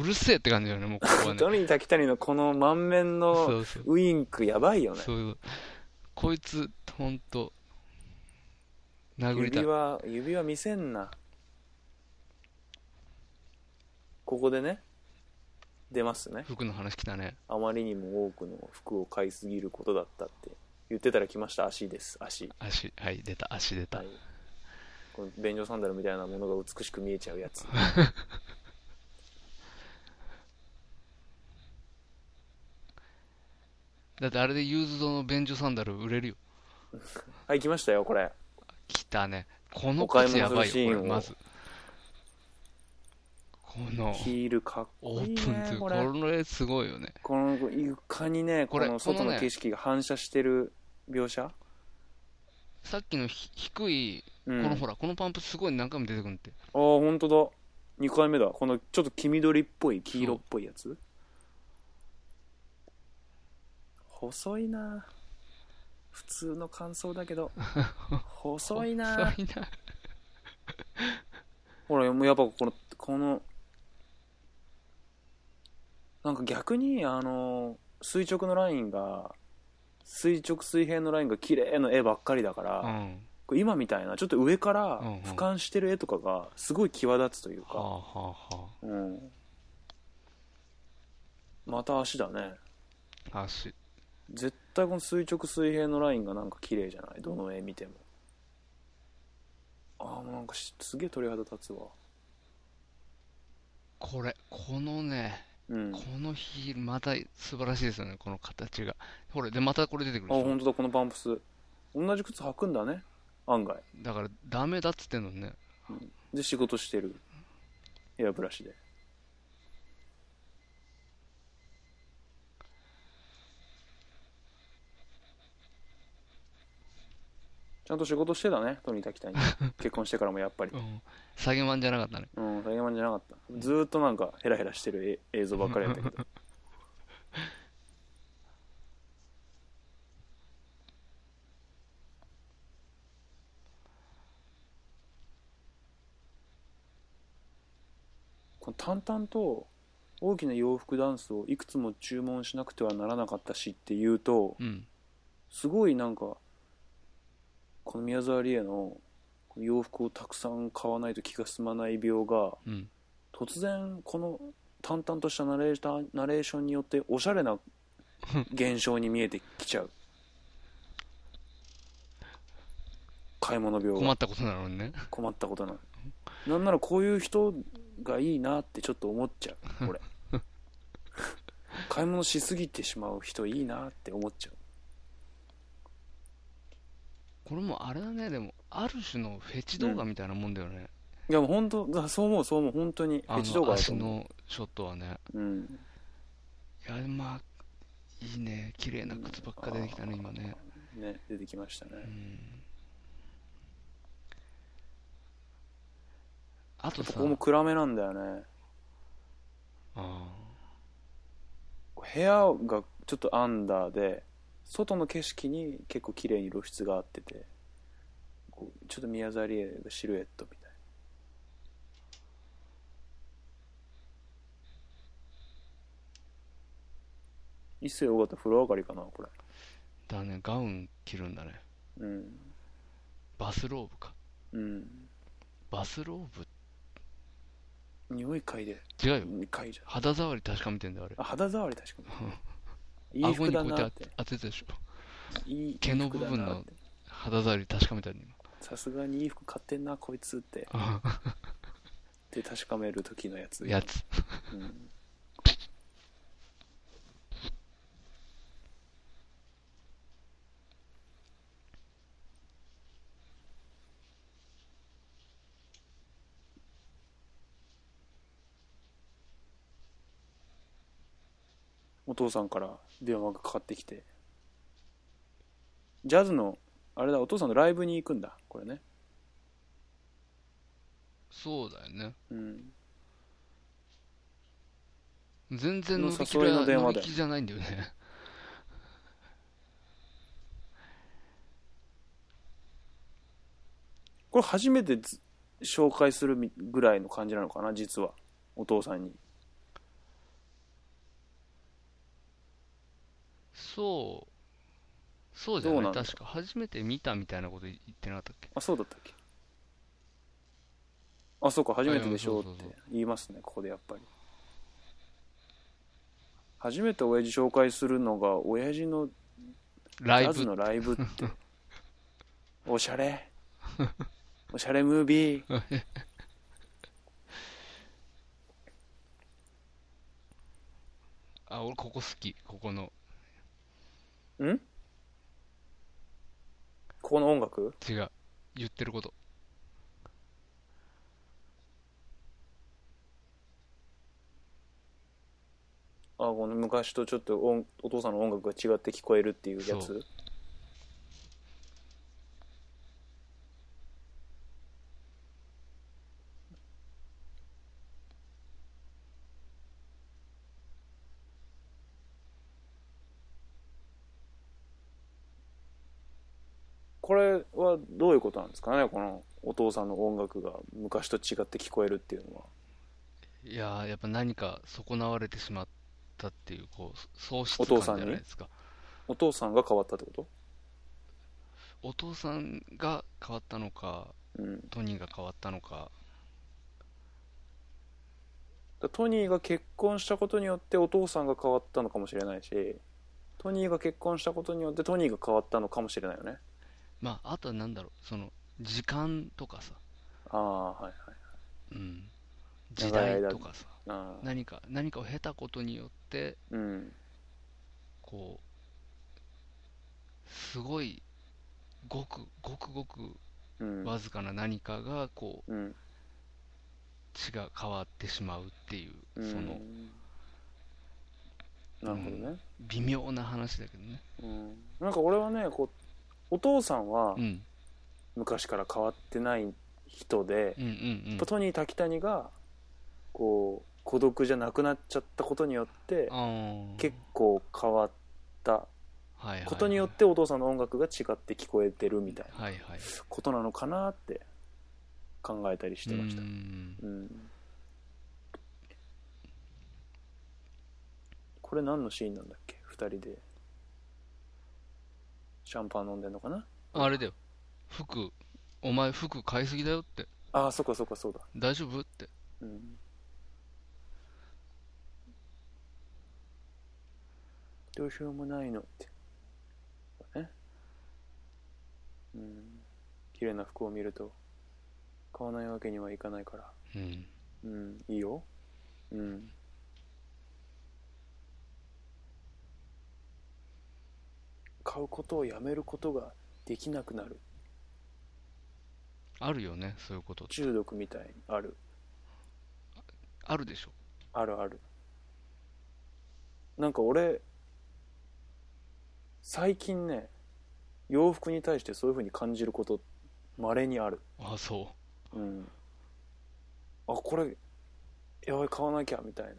う
るせえって感じだよね、もうここはね。
ドニー・タキタニのこの満面
そ
の
うそう。
ウインクやばいよね
そういうことこいつ、ほんと、殴りたい
指。輪指輪見せんなここでね出ますね
服の話来たね。
あまりにも多くの服を買いすぎることだったって言ってたら来ました足です足
足、はい、出た、足出た。
はいこの便所サンダルみたいなものが美しく見えちゃうやつ
だってあれでユーズドの便所サンダル売れるよ。
はい来ましたよこれ
来たね。この
お買い
靴
物
やばい
するシーンを
よ、これ、まず。この、
ヒールかっ
オ
こいい
ープンツ
ね
ー、
こ
こ
れ
れすごいよね。
この床にねこ
これ
の外
この
の
ね
景色が反射してる描写
さっきのひ低い、
う
こ
ん
のほら、このパンプすごい何回も出てくるんって。
ああ本当だ2回目だこのちょっと黄緑っぽい黄色っぽいやつ細いな普通の感想だけ ど細いな
遅いな。
ほらもうやっぱこのこのなんか逆にあの垂直のラインが垂直水平のラインが綺麗な絵ばっかりだから、
うん。
これ今みたいなちょっと上から
うんうん
俯瞰してる絵とかがすごい際立つという
は
か、
あはあは
うんまた足だね
あ。足。
絶対この垂直水平のラインがなんか綺麗じゃないどの絵見てもああもうなんかしすげえ鳥肌立つわ
これ、このね、
うん、あ
このヒールまた素晴らしいですよねこの形がほらでまたこれ出てくるでしょ
本当だこのパンプス同じ靴履くんだね案外
だからダメだっつってんのにね
で仕事してるヘアブラシでちゃんと仕事してたねトニー・タキタニ結婚してからもやっぱり
うん下げまんじゃなかったね
うん大変マンじゃなかったずーっとなんかヘラヘラしてるえ映像ばっかりやったけどこの淡々と大きな洋服ダンスをいくつも注文しなくてはならなかったしっていうと
うん
すごいなんかこの宮沢りえのこの洋服をたくさん買わないと気が済まない病が
うん
突然この淡々としたナレーターナレーションによっておしゃれな現象に見えてきちゃう買い物病
困
が
ったことなのにね
困ったことなのなんならこういう人がいいなってちょっと思っちゃう 俺買い物しすぎてしまう人いいなって思っちゃう
これもあれだねでもある種のフェチ動画みたいなもんだよね、
いやもう本当だそう思うそう思う本当にフ
あ
ェチ動
の
画だ
足
と思
のショットはね
う、うん、
いやまあいいね綺麗な靴ばっか出てきたね今ね
ね出てきましたね、
うんあと
こ
さ
こも暗めなんだよね
あ
部屋がちょっとアンダーで外の景色に結構綺麗に露出があっててこうちょっと宮沢りえのシルエットみたい一世尾形風呂上がりかなこれ
ーだねガウン着るんだね
うん
バスローブか
うん
バスローブ
匂い嗅いで
違うよ
嗅いじゃう
肌触り確かめてんだよあれ
あ肌触り確かにいい
顎
服
にこ
だ
うや
な
っ
ってて
当てたでしょ
いい
毛の
服だ
部分
な
の
って
肌触り確かめたよね
さすがにいい服買ってんなこいつって
今
で確かめる時のやつ
やつ
うんお父さんから電話がかかってきてジャズのあれだお父さんのライブに行くんだこれね
そうだよね
うん
全然乗り気
の誘いの電話だよ
乗り気じゃないんだよね
これ初めてず紹介するみぐらいの感じなのかな実はお父さんに
そうそうじゃ
ど
な
うないんだ
確か初めて見たみたいなこと言ってなかったっけ
あそうだったっけあそうか初めてでしょうっ
そうそう
て
そ
言いますねここでやっぱり初めて親父紹介するのが親父のジ
ライ
ャズ
ブ
のライブって おしゃれおしゃれムービー
あ俺ここ好きここの
んここの音楽
違う言ってること
あこの昔とちょっと音お父さんの音楽が違って聞こえるっていうや
そ
つこれはどういうことなんですかねこのお父さんの音楽が昔と違って聞こえるっていうのは。
いやーやっぱ何か損なわれてしまったっていうこう喪失
お父
感じ
さ
ゃ
んに
ないですか
お父さんが変わったってこと
お父さんが変わったのか
うん
トニーが変わったのか
だトニーが結婚したことによってお父さんが変わったのかもしれないしトニーが結婚したことによってトニーが変わったのかもしれないよね
まああとはなんだろうその時間とかさ
ああはいはい
うん時代とかさ
あー
何か何かを経たことによって
うん
こうすごいごくごくごく
うん
わずかな何かがこう
うん
血が変わってしまうっていう
うん
その
なるほどね、
微妙な話だけどね
うん、なんか俺はねこうお父さんは
うん
昔から変わってない人で、
うんうんうん
トニー滝谷がこう孤独じゃなくなっちゃったことによって
あー
結構変わった
はいはいはい
ことによってお父さんの音楽が違って聞こえてるみたいな
はいはい
ことなのかなって考えたりしてました
うー。ん
うんこれ何のシーンなんだっけ2人でシャンパン飲んでんのかな
あれだよ服お前服買いすぎだよって
ああそっかそっかそうだ、
大丈夫って
うん、どうしようもないのってねうん綺麗な服を見ると買わないわけにはいかないから
うん
うん、いいよ。うん。買うことをやめることができなくなる
あるよねそういうことって
中毒みたいにある
あるでしょ
あるあるなんか俺最近ね洋服に対してそういうふうに感じることまれにある
あそ
うんあこれやばい買わなきゃみたいな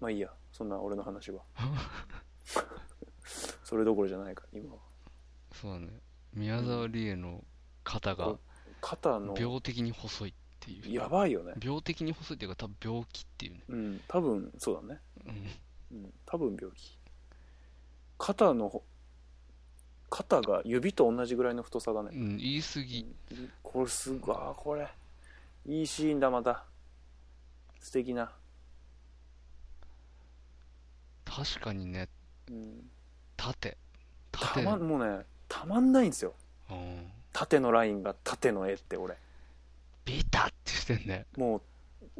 まあいいやそんな俺の話はそれどころじゃないから今は
う そうだね宮沢りえの肩が
肩の
病的に細いっていう
やばいよね
病的に細いっていうか多分病気っていうね
うん多分そうだね
うん
うん多分病気肩のほ肩が指と同じぐらいの太さだね
うん言い過ぎ
これすごいあーこれいいシーンだまた素敵な
確かにね
うん
縦
た
縦
まんもうねたまんないんですよ
うん
縦のラインが縦の絵って俺
ビタってしてんね
もう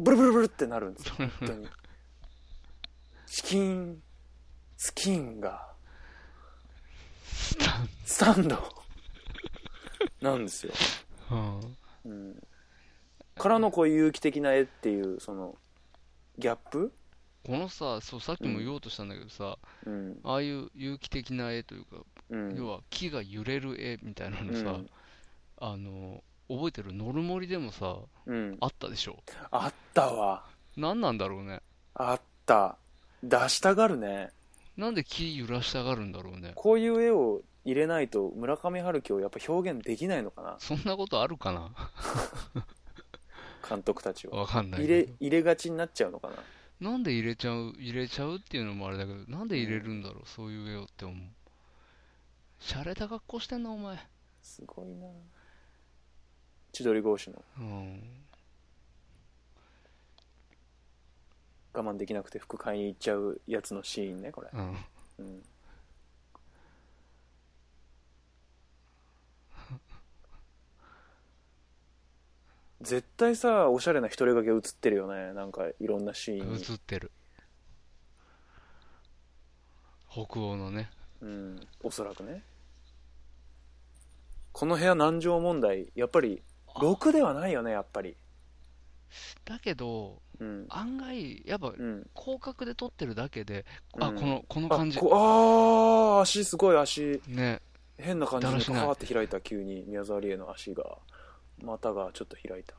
ブルブルブルってなるんですよ本当にチキンスキンが
スタン
スタンドなんですよ、
うん
うん、からのこういう有機的な絵っていうそのギャップ、
このさそうさっきも言おうとしたんだけどさ、
うん
ああいう有機的な絵というか、
うん、
要は木が揺れる絵みたいなのさ、
うん
あの覚えてるノルモリでもさ
うん、
あったでしょ
あったわ
何なんだろうね
あった出したがるね
なんで木揺らしたがるんだろうね
こういう絵を入れないと村上春樹をやっぱ表現できないのかな
そんなことあるかな
監督たちは
わかんない
入
け
れ
ど
入れがちになっちゃうのかな
なんで入れちゃう入れちゃうっていうのもあれだけどなんで入れるんだろうそういう絵をって思う洒落た格好してんなお前
すごいな千鳥格子の
うん
我慢できなくて服買いに行っちゃうやつのシーンねこれ、
うん
うん、絶対さおしゃれな一人掛け映ってるよねなんかいろんなシーンに、
映ってる北欧のね
うん、おそらくねこの部屋難情問題やっぱり6ではないよねやっぱり
だけど
うん
案外やっぱ
うん
広角で撮ってるだけで、
う
あ
ん
このこの
あ
感じ
こあー足すごい足
ね
変な感じ
だ
に
らし
パ
ない
ーって開いた急に宮沢りえの足が股がちょっと開い た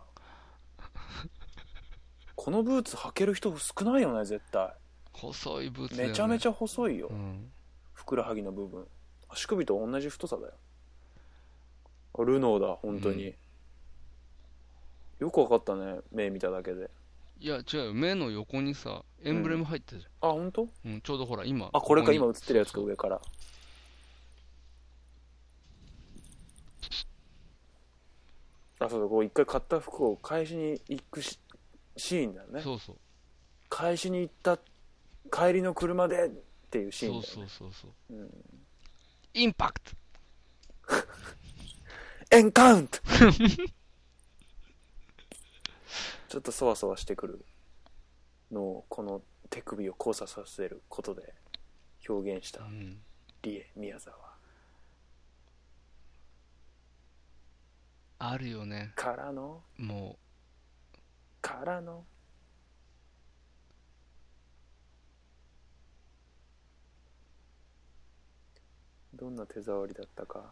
このブーツ履ける人少ないよね絶対
細いブーツだよ、ね、
めちゃめち
ゃ、
ゃ細いよ、
うん、
ふくらはぎの部分足首と同じ太さだよあルノーだ本当に、よくわかったね目見ただけで
いや違うよ目の横にさエンブレム入ってたじ
あ本当
ゃん、うんちょうどほら今
あこれか
に
今映ってるやつか
そうそう
上からあそうだこう一回買った服を返しに行くしシーンだよね
そうそう
返しに行った帰りの車でっていうシーンだ
そ
よ
う
ね
そうそうそう
うん
インパクト
エンカウント ちょっちょっとそわそわしてくるのをこの手首を交差させることで表現した
うん。
理恵宮沢
あるよね。
からの
も
からのどんな手触りだったか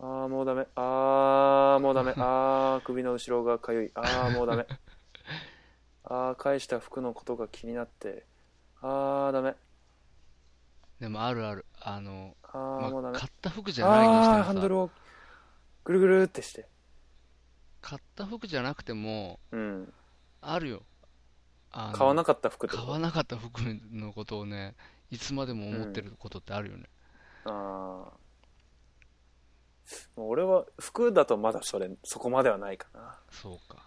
ああもうダメああもう ダメああ首の後ろがかゆいああもうダメああ返した服のことが気になってああダメ
う、でもあるある。あの、
ああ、
まあ
もうダメ
買った服じゃないにして
ああ
も
ハン
さ
ドルをぐるぐるってして
買った服じゃなくても、
うん
あるよ。あの
買わなかった服ってこ
買
と
わなかった服のことをね、いつまでも思ってることってあるよね。
ああ。もう俺は服だとまだそれ、そこまではないかな。
そうか。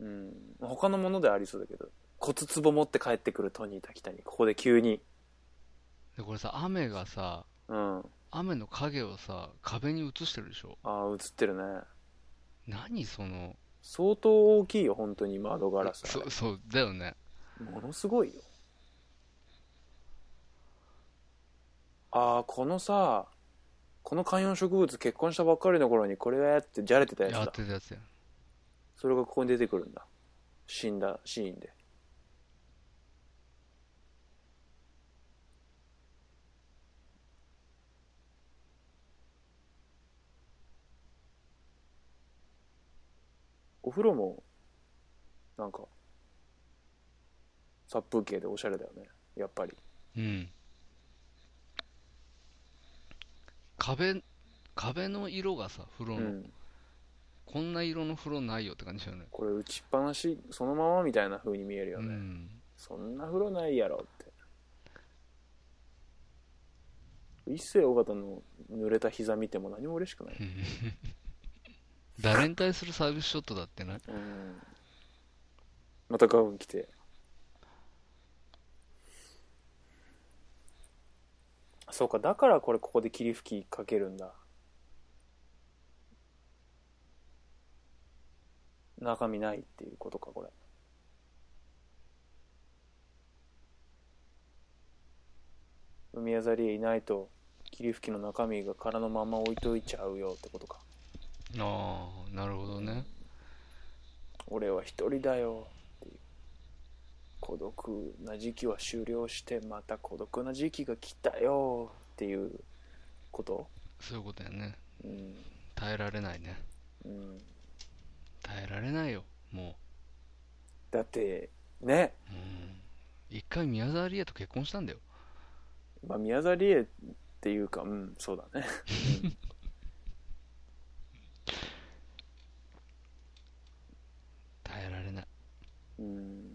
うん。他のものではありそうだけど、骨壺持って帰ってくるトニー・タキタに、ここで急に。
で、これさ、雨がさ、
うん。あ
雨の影をさ、壁に映してるでしょ。
あ、映ってるね。
何その、
相当大きいよ、本当に窓ガラス。
そう、そう、だよね。
ものすごいよ。ああ、このさ、この観葉植物結婚したばっかりの頃にこれやってじゃれてたやつ
や
だ
っ。てたやつやん。
それがここに出てくるんだ死んだシーンでお風呂もなんか殺風景でおしゃれだよねやっぱり
うん。壁、壁の色がさ、風
う
呂の、
ん
こんな色の風呂ないよって感じだよね。
これ打ちっぱなしそのままみたいな風に見えるよ
う
ね、
ん。
そんな風呂ないやろって一世尾形の濡れた膝見ても何も嬉しくない、
うん 誰に対するサービスショットだってない
うん、またガウン着てそうかだからこれここで霧吹きかけるんだ中身ないっていうことかこれ海あざりいないと霧吹きの中身が空のまま置いといちゃうよってことか
ああ、なるほどね。
俺は一人だよっていう孤独な時期は終了してまた孤独な時期が来たよっていうこと
そういうことやね。
うん
耐えられないね。
うん
耐えられないよ、も
だってね
う。うん。一回宮沢りえと結婚したんだよ。
まあ宮沢りえっていうかうんそうだね
耐えられない。
うん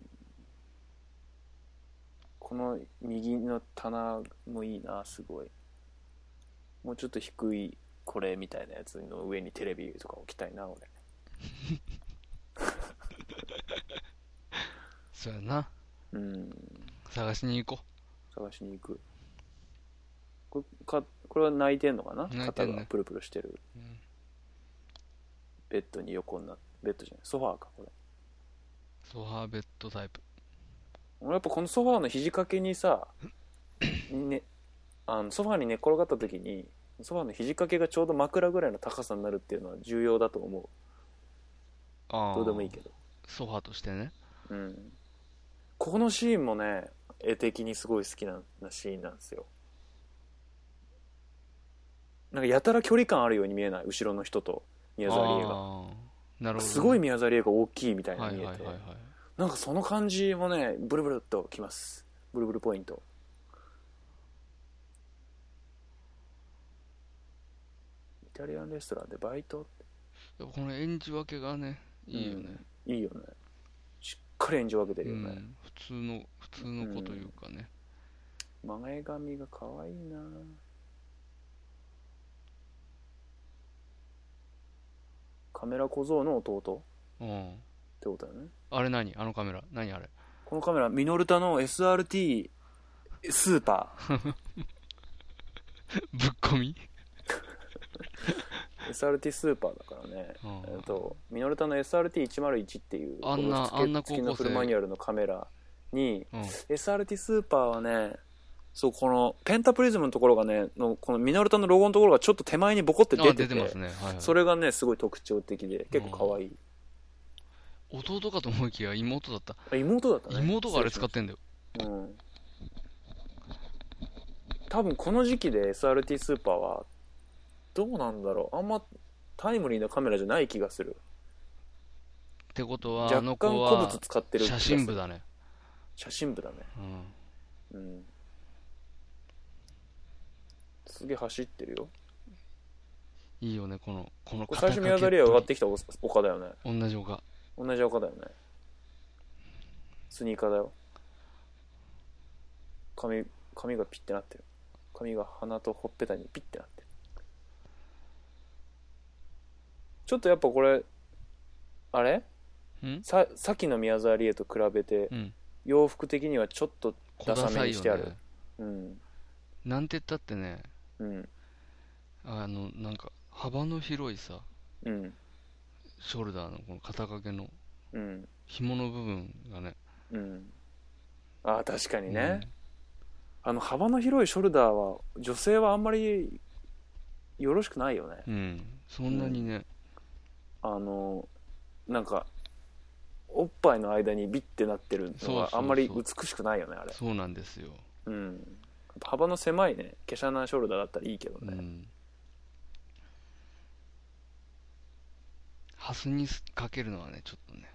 この右の棚もいいなすごいもうちょっと低いこれみたいなやつの上にテレビとか置きたいな俺
そうやな。
うん
探しに行こ
探しに行くこれかこれは泣いてんのかな、
泣いて
肩
んね
がプルプルしてる
う。うん
ベッドに横になってベッドじゃないソファーかこれ
ソファーベッドタイプ。
俺やっぱこのソファーの肘掛けにさ、ね、あのソファーに寝転がった時にソファーの肘掛けがちょうど枕ぐらいの高さになるっていうのは重要だと思う
ああ。
どうでもいいけど
ソファーとしてね。
うんここのシーンもね絵的にすごい好きななシーンなんですよなんかやたら距離感あるように見えない後ろの人と宮沢りえが
あーなるほどね、
すごい宮沢りえが大きいみたい
は
ない見え
はい
て、
はいはい。
なんかその感じもねブルブルっときますブルブルポイントイタリアンレストランでバイト
でもこの演じ分けがね、いいよね。
いいよねしっかり演じ分けてるよ
う
ね、
ん普通の、普通のこというかね。
前髪が可愛いなカメラ小僧の弟
うん。
ってことだよね
あれ何あのカメラ。何 あれ
このカメラミノルタの SRT スーパー
ぶっ込み
SRT スーパーだからね、
うん
えっと、ミノルタの SRT101 っていう
あんな
この
あんな
付け付き
高校生
のフルマニュアルのカメラに
うん
SRT スーパーはねそうこのペンタプリズムのところがねのこのミノルタのロゴのところがちょっと手前にボコって出
あ
てて
出てますね、はいはい
それがねすごい特徴的で結構可愛い、
弟かと思いきや妹だった
あ妹だったね
妹があれ使ってんだよ
うん多分この時期で SRT スーパーはどうなんだろうあんまタイムリーなカメラじゃない気がする
ってことはあ
若
の
干
子
古物
は
使ってる気が
写
する
真部だね、
写真部だね
うん、
うんすげえ走ってるよ
いいよねこのこの
これ最初宮沢りえが上がってきた丘だよね
同じ岡
同じ丘だよねスニーカーだよ髪髪がピッてなってる髪が鼻とほっぺたにピッてなってるちょっとやっぱこれあれ
うん
ささっきの宮沢りえと比べて
うん
洋服的にはちょっと
小ダ
ダサ
サ
め
い
に
よ
してある
ね
うん
なんて言ったってね
うん
あのなんか幅の広いさ
うん
ショルダーのこの肩掛けの
うん
紐の部分がね
うんああ確かにね、あの幅の広いショルダーは女性はあんまりよろしくないよね
うん、うんそんなにね、
あのなんかおっぱいの間にビッてなってる
そ
の
うそう
が
そう
あんまり美しくないよねあれ
そうなんですよ、
うん幅の狭いね華奢なショルダーだったらいいけど
う
ね、
ん、ハスにかけるのはねちょっとね、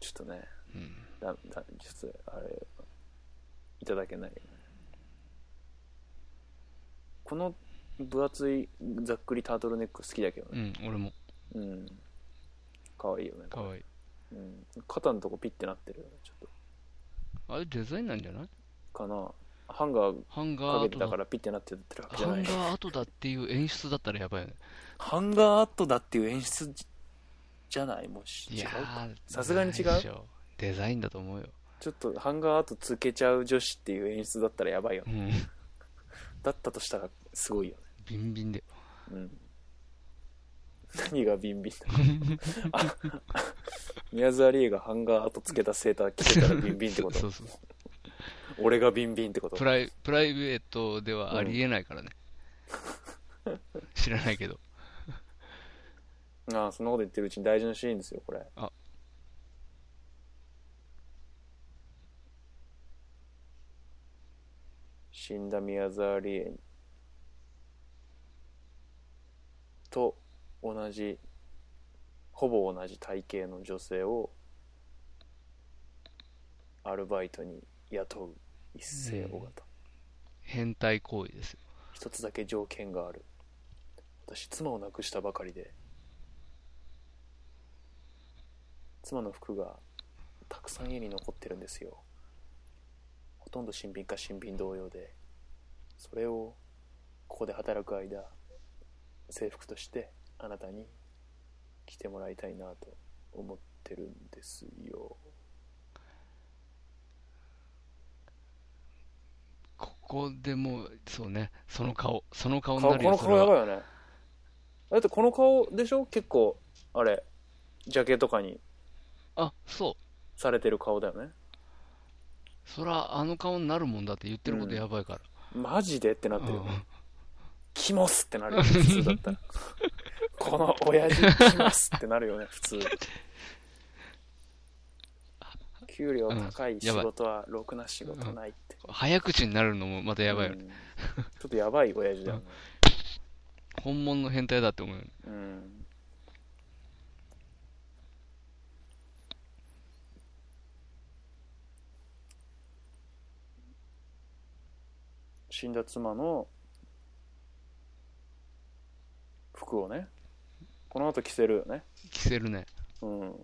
ちょっとね
うん、
だだちょっとあれいただけないよねこの分厚いざっくりタートルネック好きだけど
う
ね
ん、俺も
うん可愛いよね
可愛い
うん、肩のとこピッてなってるよねちょっと
あれデザインなんじゃない
かなハンガー
ハンガ
か
ーア
け
ー
て
ト
た
だ
からピッてなってってるわけじ
ハ
ゃな
ン
い
ガー後だっていう演出だったらやばいよね
ハンガーアットだっていう演出じじゃないもうし
い
違う
や
か
ー
さすがに違う
ないでしょデザインだと思うよ、
ちょっとハンガーアットつけちゃう女子っていう演出だったらやばいよ
う
ね
ん、
だったとしたらすごいよね
ビンビンで
うん何がビンビンだ あ宮沢りえがハンガーアットつけたセーター着てたらビンビンってこ
そ
と
うそうそう
俺がビンビンってこと
プライプライベートではありえないからね、知らないけど
ああそんなこと言ってるうちに大事なシーンですよこれ
あ
死んだ宮沢りえと同じほぼ同じ体型の女性をアルバイトに雇う一世尾形、
変態行為ですよ
一つだけ条件がある私妻を亡くしたばかりで妻の服がたくさん家に残ってるんですよほとんど新品か新品同様でそれをここで働く間制服としてあなたに着てもらいたいなと思ってるんですよ
ここでもうそうねその顔その顔に
顔
なる
こ
よ
の
そ
顔
れ
やば
はい
よねだってこの顔でしょ結構あれジャケとかに
あそう
されてる顔だよね
そらあの顔になるもんだって言ってることやばいから、
マジでってなってるよ、
うん
キモスってなるよね普通だった らこの親父キモスってなるよね普通給料高い仕事はろくな仕事ないって、
早口になるのもまたやばいよね、
うんちょっとやばい親父だよね、
本物の変態だって思うよね
うん、死んだ妻の服をねこの後着せるよね、
着せるね
うん、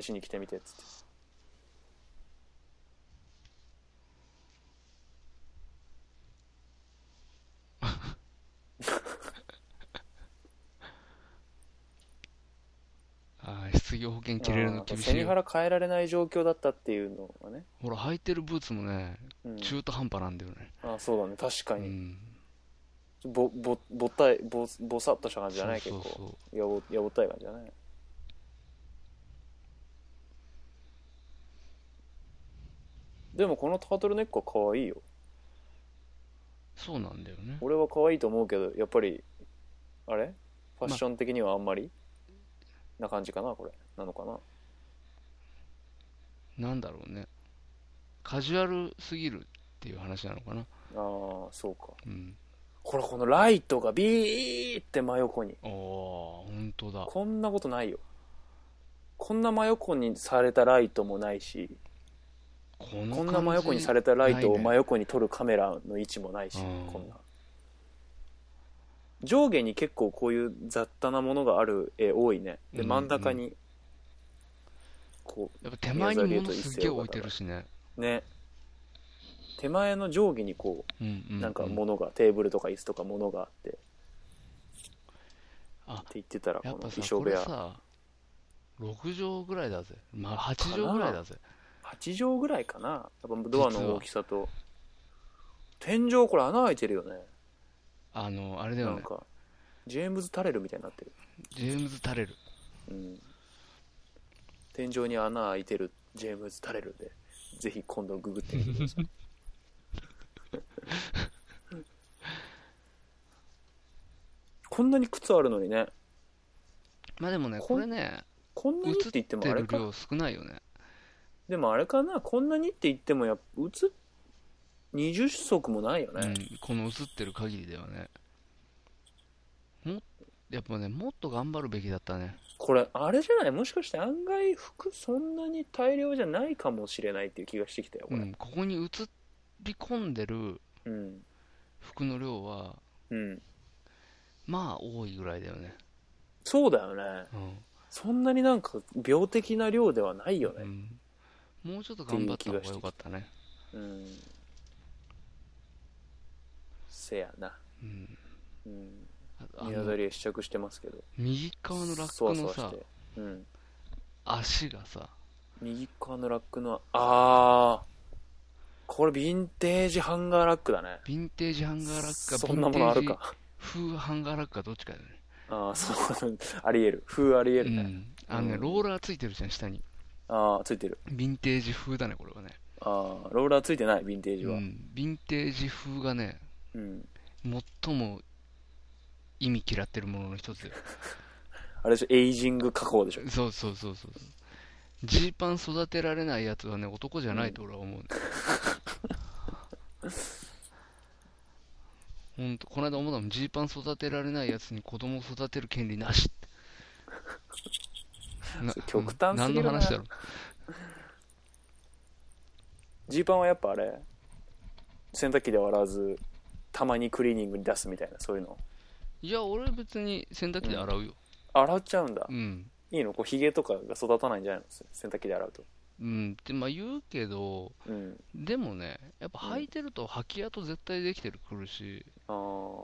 試しに着てみてっつって
あー失業保険切れるの厳しい
背に
よ
腹変えられない状況だったっていうのがね、
ほら履いてるブーツもね
うん、
中途半端なんだよね
あそうだね確か
う
に、
ん
ぼぼぼったいぼぼさっとした感じじゃない
そうそう
結
そう
構やぼやぼったい感じじゃないでもこのタートルネックは可愛いよ
そうなんだよね
俺は可愛いと思うけどやっぱりあれファッション的にはあんまりな感じかなこれなのかな
なんだろうねカジュアルすぎるっていう話なのかな
ああそうか
うん
ほらこのライトがビーって真横に
ああ本当だ
こんなことないよこんな真横にされたライトもないし
この
こんな真横にされ
た
たライトを
ないね
真横に撮るカメラの位置もないし
うん
こんな上下に結構こういう雑多なものがある絵多いねで
うん
真ん中にこ
やっぱ手前にものすっげえ置いてるしね
うね手前の上下にこ
うんう
うんなんか
う
物がテーブルとか椅子とか物があってって
あ
言ってたらこ
や
の
っぱ
衣
さ
装
こ
部
れ
屋
さ6畳ぐらいだぜまあ8畳ぐらいだぜ
8畳ぐらいかなやっぱドアの大きさと天井これ穴開いてるよね
あのあれだ
な
よ
ん
ね
かジェームズ・タレルみたいになってる、
ジェームズ・タレル
うん、天井に穴開いてるジェームズ・タレルでぜひ今度ググってみてくだ さいこんなに靴あるのにね
まあでもね
こん
これね
こんなにって
映
言
っ
ってもあ
て
れ
る
か
量少ないよね
でもあれかなこんなにって言ってもやっぱ映っ20足もないよ
う
ね、
んこの映ってる限りではねもやっぱねもっと頑張るべきだったね
これあれじゃないもしかして案外服そんなに大量じゃないかもしれないっていう気がしてきたよこ
う
れ
んここに映り込んでる
うん
服の量は
うん
まあ多いぐらいだよね
そうだよね
うん
そんなになんか病的な量ではないよ
う
ね
んもうちょっと頑張った方がよかったね
うん、せやな
うん
うん
ああ
宮
の
沢りえ試着してますけど
右側のラックのさ
てうん
足がさ
右側のラックのああこれヴィンテージハンガーラックだね
ヴィンテージハンガーラックか
そんなものあるか
風ハンガーラックかどっちかだよね
ああそうありえる風ありえるね、
うんあのね
うん
ローラーついてるじゃん下に
ああついてる
ヴィンテージ風だねこれはね
ああローラーついてないヴィンテージ
う
は、
んヴィンテージ風がね
うん
最も意味嫌ってるものの一つよ
あれでしょエイジング加工でしょ
そうそうそうそうジーパン育てられないやつはね男じゃないと俺は思う、ねほんとこの間思ったもんジーパン育てられないやつに子供育てる権利なしってな
それ極端すぎるな
何の話だろう
ジーパンはやっぱあれ洗濯機では洗わずたまにクリーニングに出すみたいなそういうの
いや俺別に洗濯機で洗うよ
洗っちゃうんだ、
うん
いいのこうヒゲとかが育たないんじゃないの洗濯機で洗うと
うんってまあ言うけど
うん
でもねやっぱ履いてると履き跡絶対できてるくるし、
あ
ま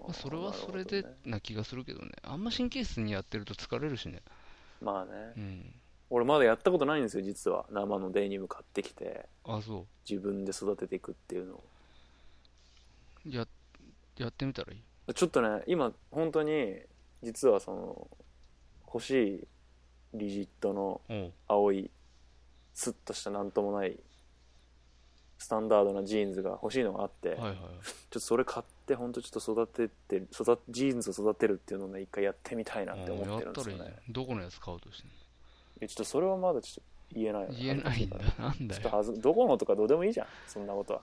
あ
あそれはそれ
な
で
るほどね
な気がするけどねあんま神経質にやってると疲れるしね
まあね
うん
俺まだやったことないんですよ実は生のデニム買ってきて
あそ
自分で育てていくっていうのを
うややってみたらいい
ちょっとね今本当に実はその欲しいリジットの
おう
青いスッとしたなんともないスタンダードなジーンズが欲しいのがあって、
はい
ちょ
はい
っとそれ買って本当ちょっと育てて育てジーンズを育てるっていうのをね一回やってみたいなって思
うん
って
や
るん
った
です
らい
よ
いじ
ね
ゃんどこのやつ買おうとしてん
いやちょっとそれはまだちょっと言えない
の言えないんだなん
ちょ
だ
っと
よ
はずどこのとかどうでもいいじゃんそんなことは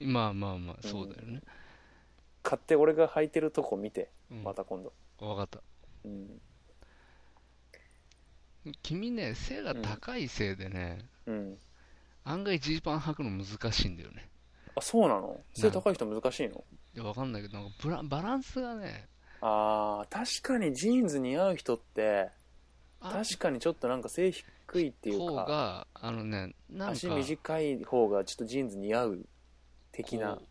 まあまあまあそうだよね
買って俺が履いてるとこ見て
うん
また今度、
わかった
うん
君ね背が高いせいでね
うん、
案外ジーパン履くの難しいんだよね
あそうなの背高い人難しいの
いやわかんないけどなんかブラバランスがね
あー確かにジーンズ似合う人って
あ
確かにちょっとなんか背低いっていう
方
か
があのねなん
足
か
短い方がちょっとジーンズ似合う的な
こ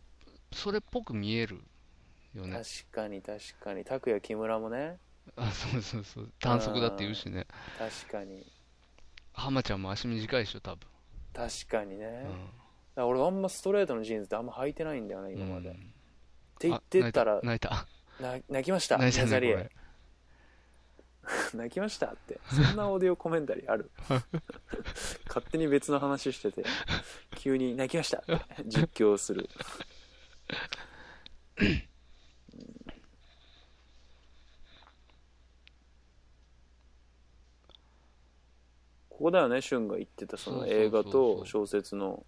うそれっぽく見えるよね
確かに確かに拓也木村もね
あそうそうそう短足だって言うしね
確かに
浜ちゃんも足短いでしょ多分
確かにね、
う
だか
ん
ら俺あんまストレートのジーンズってあんま履いてないんだよね今まで、
うん
って言ってたら
あ泣いた
な泣きました
泣いた泣
ナザ
いたね
リ
こ
エ
れ
泣きましたってそんなオーディオコメンタリーある 勝手に別の話してて急に泣きましたって実況するここだよね俊が言ってたその映画
そうそうそうそ
と
う
小説の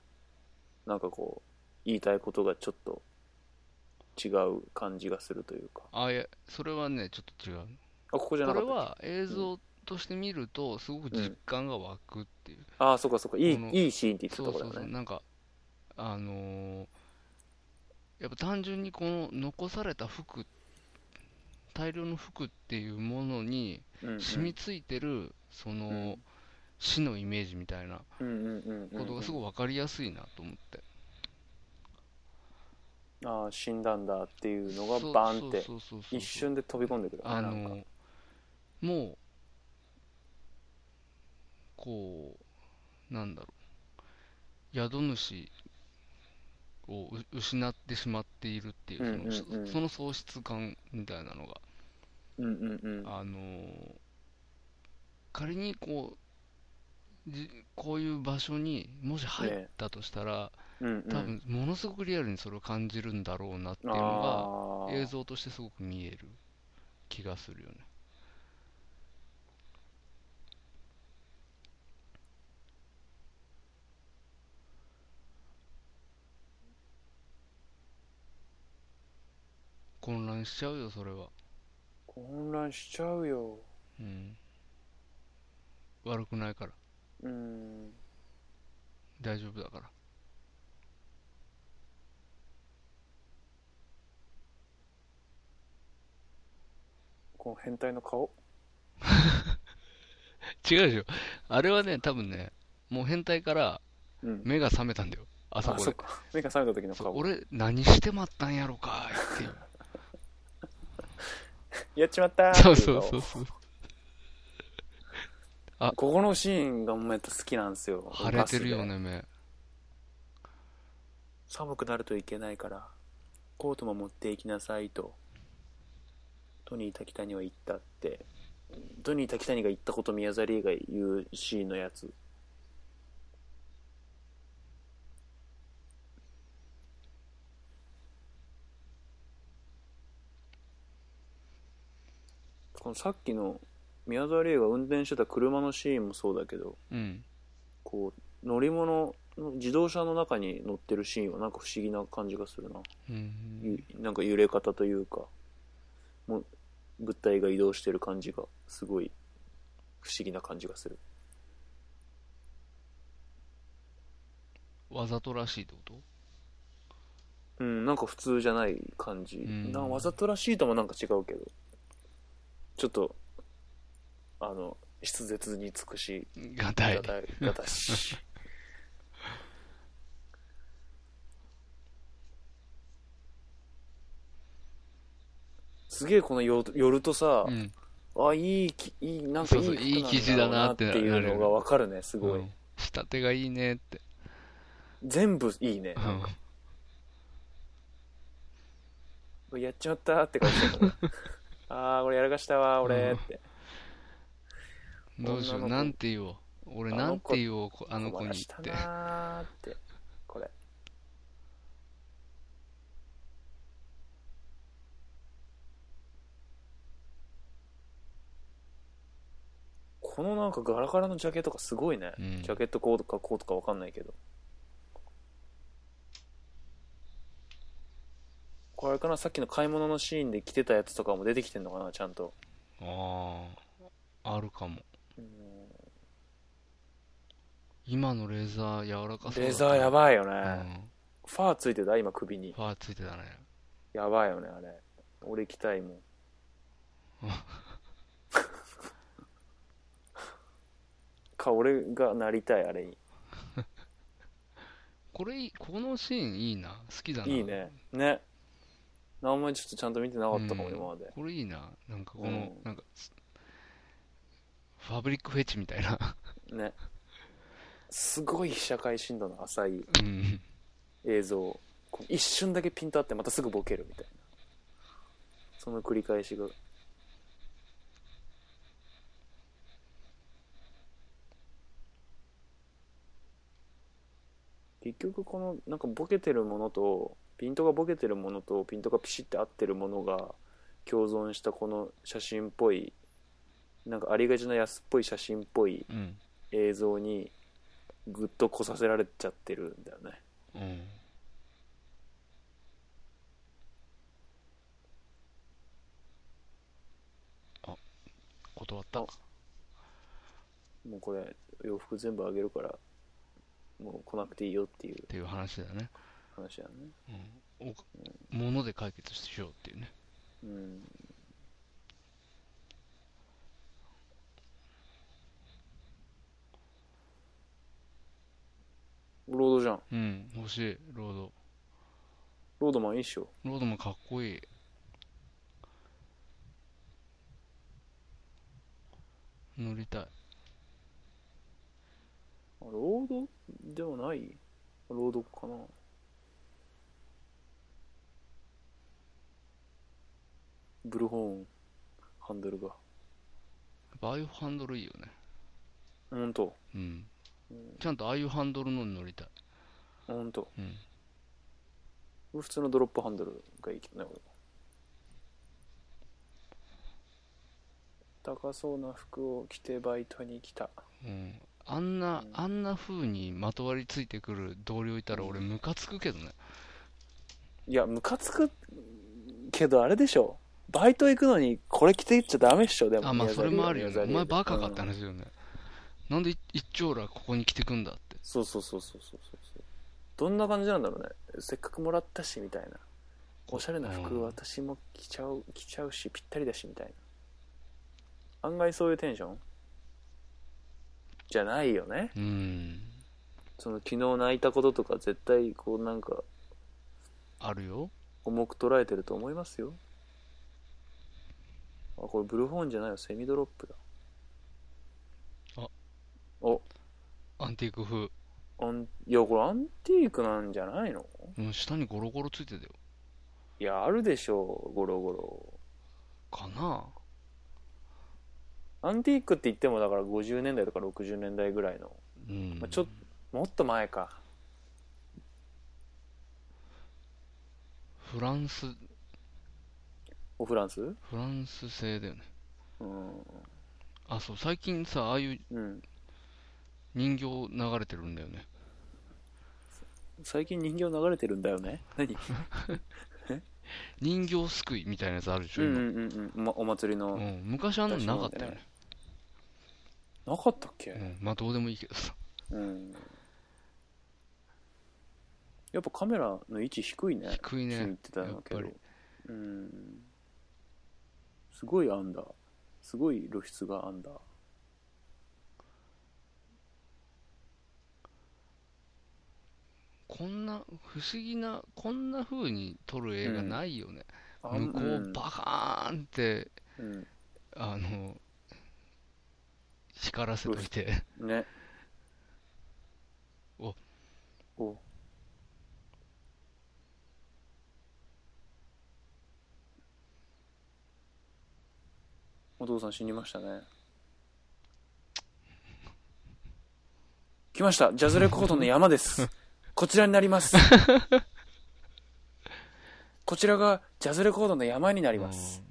なんかこう言いたいことがちょっと違う感じがするというか
あいやそれはねちょっと違う
あここじゃな
こ
か
れ
った
は映像として見るとすごく実感が湧くっていう、
ああそっかそっかい
この
いいいシーンって言ってた
そ
と
う
こ
そ
ろだ
うそう
よね
なんかあのーやっぱ単純にこの残された服大量の服っていうものに
うんうん
染みついてるその、
うん
死のイメージみたいな
うんうんうんうん
ことがすごい分かりやすいなと思って、
ああ死んだんだっていうのが
そう
バーンって
そうそうそうそう
一瞬で飛び込んでくるよね
あ
なんか
のもうこうなんだろう宿主をう失ってしまっているっていう
うん
その,そ、
うんうん
その喪失感みたいなのが、
うんうんうん
あのー仮にこうじこういう場所にもし入ったとしたら、
うんうん
多分ものすごくリアルにそれを感じるんだろうなっていうのが
ああ
映像としてすごく見える気がするよね混乱しちゃうよそれは
混乱しちゃうよ
うん悪くないから
うん
大丈夫だから
この変態の顔
違うでしょあれはね多分ねもう変態から
うん
目が覚めたんだよあそ
あ
こ
そっ
で
か目が覚めた時の
そう
顔
俺何してまったんやろかいっていう
やっちまったーってい
そうそうそううそう。
顔ここのシーンがめっちゃ好きなんですよ
腫れてるよ
ガスで
ね、目。
寒くなるといけないからコートも持っていきなさいとトニー・タキタニは言ったってトニー・タキタニが言ったこと宮沢りえが言うシーンのやつこのさっきの宮沢りえが運転してた車のシーンもそうだけど
うん。
こう乗り物の自動車の中に乗ってるシーンはなんか不思議な感じがするな、
うん
ゆ。なんか揺れ方というかもう物体が移動してる感じがすごい不思議な感じがする
わざとらしいってこと
うんなんか普通じゃない感じ、
ん
なんかわざとらしいともなんか違うけどちょっとあの筆舌に尽くし
がたい
が。たいがたし すげえこのよ寄るとさ
う、ん。
あいいきいいなんかいい
そうそういい記事
服な
だ
んろう
なって
っていうのがわかるねすごい、
うん下手がいいねって。
全部いいね
う、ん。
やっちまったって感じだから ああ俺やらかしたわ俺って、
どうし
女
よう。
の子
なんて言おう。俺
あ
なん
の子
て言おう、こあの子
困
に
ら
っ
した
て。
なーってこれこのなんかガラガラのジャケットがすごいね、
うん
ジャケットコートかコートかわかんないけどこれあれかなさっきの買い物のシーンで着てたやつとかも出てきてんのかなちゃんと
ああ。あるかも。
うん
今のレーザー柔らかそうだ
レ
った
ザーやばいよね、
うん。
ファーついてた今首に
ファーついてたね。
やばいよねあれ俺行きたい もんか俺がなりたいあれに
これいい、このシーンいいな。好きだな。
いいねねあんまりちょっとちゃんと見てなかったかも、
うん
今まで
これいいな。なんかこ
う
の、
ん
なんか、ファブリックフェチみたいな。
ねすごい被写界深度の浅い
うん。
映像こう一瞬だけピントあってまたすぐボケるみたいなその繰り返しが結局このなんかボケてるものとピントがボケてるものとピントがピシッて合ってるものが共存したこの写真っぽいなんかありがちな安っぽい写真っぽい
うん
映像にぐっとこさせられちゃってるんだよね
うんあ断った
もうこれ洋服全部あげるからもう来なくていいよっていう
っていう話だよね、
話やね
うん、お物で解決しようっていうね
うんロードじゃん
うん欲しいロード
ロードマンいいっしょ
ロードもかっこいい乗りたい
あロードではないロードかなブルホーンハンドルが
バイオハンドルいいよね
ほんと
うん
うん
ちゃんとああいうハンドルのに乗りたい
ほんと
うん
俺普通のドロップハンドルがいいけどね俺は高そうな服を着てバイトに来た
うんあんな
うん
あんな風にまとわりついてくる同僚いたら俺ムカつくけどね
いやムカつくけどあれでしょバイト行くのにこれ着ていっちゃダメっしょでも
あまあ
宮
そ
沢
れ
りえ
もあるよ
宮
ね
沢
お
りえ
前バカかって
うん
話だよねなんでい一丁羅ここに来てくんだって
そうそうそうそうそうそうそうどんな感じなんだろうねせっかくもらったしみたいなおしゃれな
う
服
ん
私も着ちゃう着ちゃうしぴったりだしみたいな案外そういうテンションじゃないよね
うん
その昨日泣いたこととか絶対こうなんか
あるよ
重く捉えてると思いますよあこれブルーホーンじゃないよセミドロップだ
あ
お
アンティーク風
アンいやこれアンティークなんじゃないの
うん下にゴロゴロついてたよ
いやあるでしょうゴロゴロ
かな
アンティークって言ってもだから50年代とか60年代ぐらいの、
うん
まあ、ちょっもっと前か
フランス
オフランスうん
フランス製だよね
うん
あそう最近さああいう人形流れてるんだよね
最近人形流れてるんだよね何
人形すくいみたいなやつあるでし
う
ょ
んう
今、
んうんうん、ま、お祭りの、
うん昔あんなのなかったよね
なかったっけ、
うん、まあどうでもいいけどさ
うんやっぱカメラの位置低いね
低いね
ついてたんだけど
やっぱ
うんすごいアンダーすごい露出がアンダー
こんな不思議なこんな風に撮る映画ないよね、
あ
向こうバカーンって
うん、
あの光らせといて
うん、ね
お
おお父さん死にましたね来ましたジャズレコードの山 ですこちらになりますこちらがジャズレコードの山になります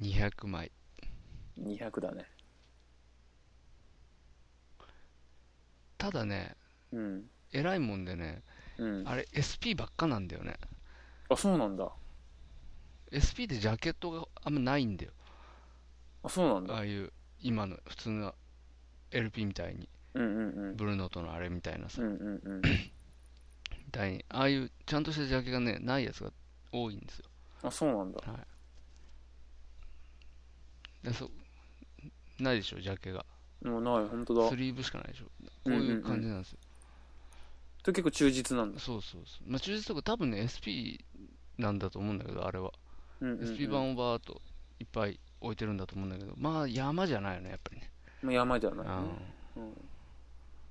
うん200枚
200だね
ただね
うん
偉いもんでね
うん
あれ SP ばっかなんだよね
あそうなんだ
SP ってジャケットがあんまないんだよ
あそうなん
あ
だ
あいう今の普通の LP みたいに
うんうんうん
ブルーノートのあれみたいなさ、
うんうんうん
みたいにああいうちゃんとしたジャケがねないやつが多いんですよ
あそうなんだ
でそないでしょジャケが
もうない本当だ
スリーブしかないでしょこういう感じなんですよ、
と結構忠実なんだ、
そうそうそうまあ忠実とか多分ね SP なんだと思うんだけどあれは、
うんうんうん
SP 版をバーっといっぱい置いてるんだと思うんだけどまあ山じゃないよねやっぱりね、
もう山じゃない、
あ
ねうん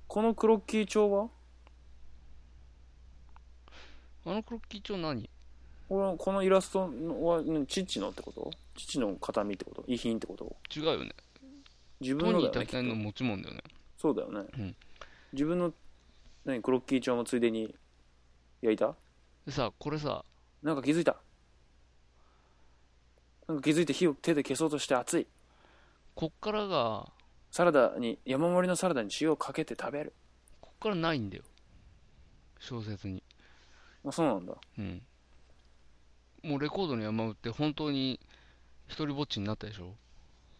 このクロッキー帳は
あのクロッキー帳何
このこのイラストはね父のってこと父の形見ってこと遺品ってこと
違うよね
自
ト
分の
ニ
だ
ー
よねき
大
っと
体の持ち物だよね
そうだよね、
うん
自分の何クロッキー帳もついでに焼いた
でさこれさ
なんか気づいたなんか気づいて火を手で消そうとして熱い
こっからが
サラダに山盛りのサラダに塩をかけて食べる
こっからないんだよ小説に
あそうなんだ
うんもうレコードの山打って本当に一人ぼっちになったでしょ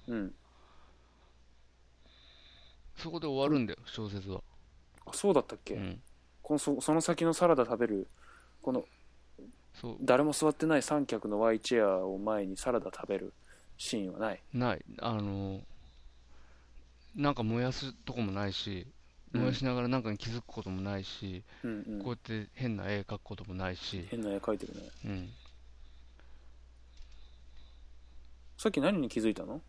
うん
そこで終わるんだよ小説は
あそうだったっ
う
け、
ん
このそその先のサラダ食べるこの
そ
誰も座ってない三脚のワイチェアを前にサラダ食べるシーンはないう
ないあのなんか燃やすとこもないし
うん
燃やしながらなんかに気づくこともないし、
うんうん
こうやって変な絵描くこともないし、
変な絵描いてるね
うん、
さっき何に気づいたの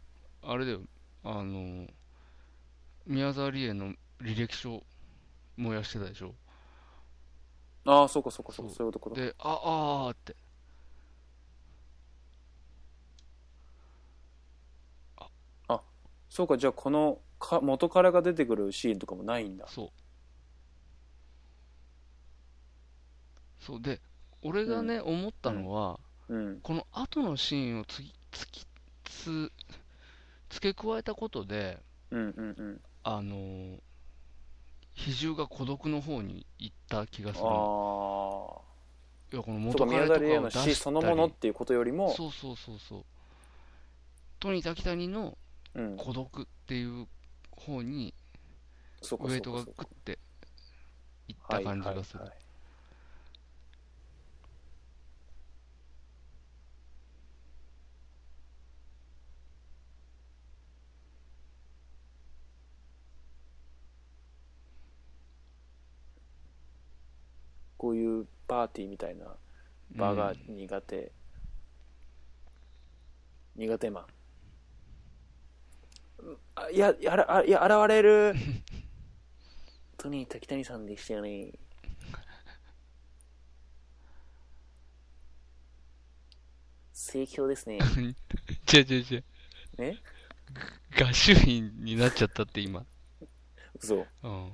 あれだよあの宮沢りえの履歴書燃やしてたでしょ
ああそうかそうかそうか
そう
そういうことか
で、あ、あーって。
そうかじゃあこのか元からが出てくるシーンとかもないんだ
そう。そうで、俺がね、思ったのは、
うん
この後のシーンをつぎつきつ付け加えたことで、
うんうんうん
あのー比重が孤独の方に行った気が
ああ
するの。
そ
いや、この
うか
元
宮
彼と
沢
か
りえ
を
の
出
死
した
そのものっ
り、
ていうことよりも
そうそうそうそう。トニー・タキタニの
うん
孤独っていう方に
そうか
ウ
そ
エ
う
イトが
か
グ
そう
ッ
か
ていった感じがする
はいはいはいこういうパーティーみたいな場が苦手、苦手マンうんあいやあらあいや現れるトニー滝谷さんでしたよね盛況ですね
違う違う違う
ね
画集品になっちゃったって今
そう
うん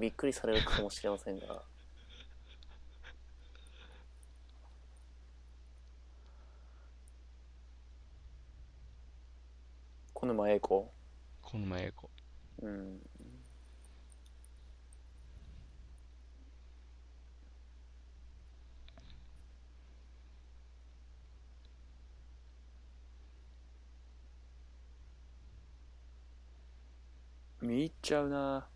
びっくりされるかもしれませんが。小沼英子。
この前こ
うん。見入っちゃうな。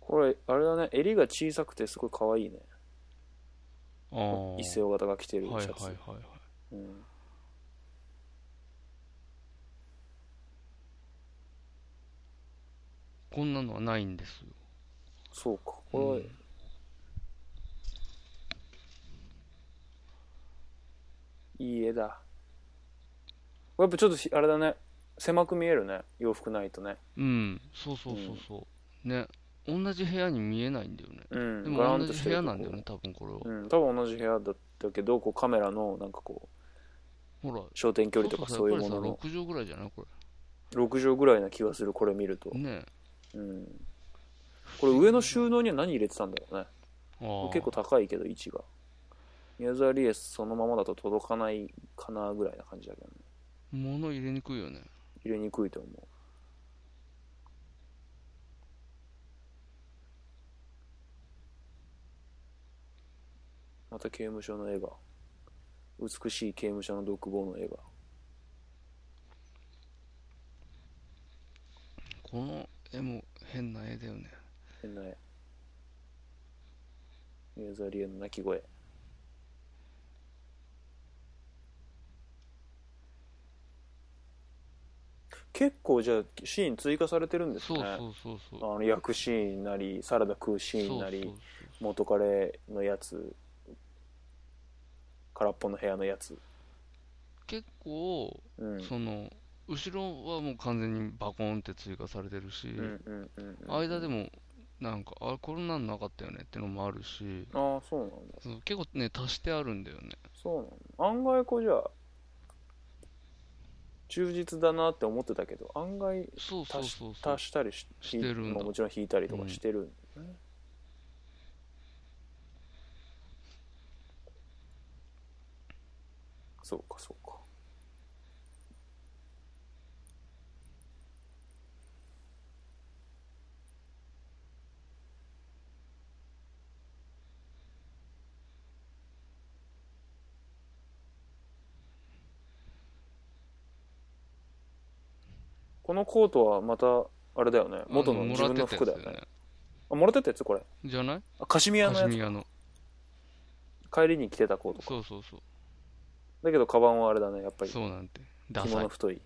これ、あれだね、襟が小さくてすごい可愛いね。
ああ
伊勢尾形が着てるシ
はい
ャ
はい
ツ。
はいはい
うん
こんなのはないんですよ
そうか。これは
うん
いい絵だ。これやっぱちょっとひあれだね、狭く見えるね、洋服ないとね。
うんそうそうそうそうね同じ部屋に見えないんだよね
うん、
で
ガラ
も
ン
同
とし
じ
て
部
る
屋
とこ
なんだよね多分これは
うん、多分同じ部屋だったけど、こうカメラのなんかこう、
ほら
焦点距離とかそういう
そ
も
うそ
の
うやっ
の
ぱりさ6畳ぐらいじゃないこ
6畳ぐらいな気がする、これ見ると
れ。ね
うん。これ上の収納には何入れてたんだろうね。
あー
結構高いけど位置が宮沢りえそのままだと届かないかなぐらいな感じだけどね
物入れにくいよね
入れにくいと思うまた刑務所の絵が美しい刑務所の独房の絵が
この絵も変な絵だよね
変な絵宮沢りえの鳴き声結構じゃあシーン追加されてるんです
そう
ね
そうそうそう
あの焼くシーンなりサラダ食うシ
そ
ー
う
ン
そ
な
う
り
そう
元カレのやつ空っぽの部屋のやつ、
結構
うん、
その後ろはもう完全にバコンって追加されてるし、
うんうんうんうん
間でもなんかあれこんなんなかったよねってのもあるし
ああそうなんだ
そう結構ね足してあるんだよね
そうなんだ案外こうじゃあ忠実だなって思ってたけど案外
そうそう
足し
そうそう
足したりし
してるんだ
まあもちろん引いたりとかしてるんだね、そうかそうかこのコートはまたあれだよね元の
あ
自分の服だよ
も
ね
らってたや
あもらってったやつこれ
つじゃない
あカシミヤの
カシ
や
ミ
つ
ヤの
帰りに着てたコート
そうそうそう、
だけどカバンはあれだねやっぱり
そうなんてダ
紐
サい
の太い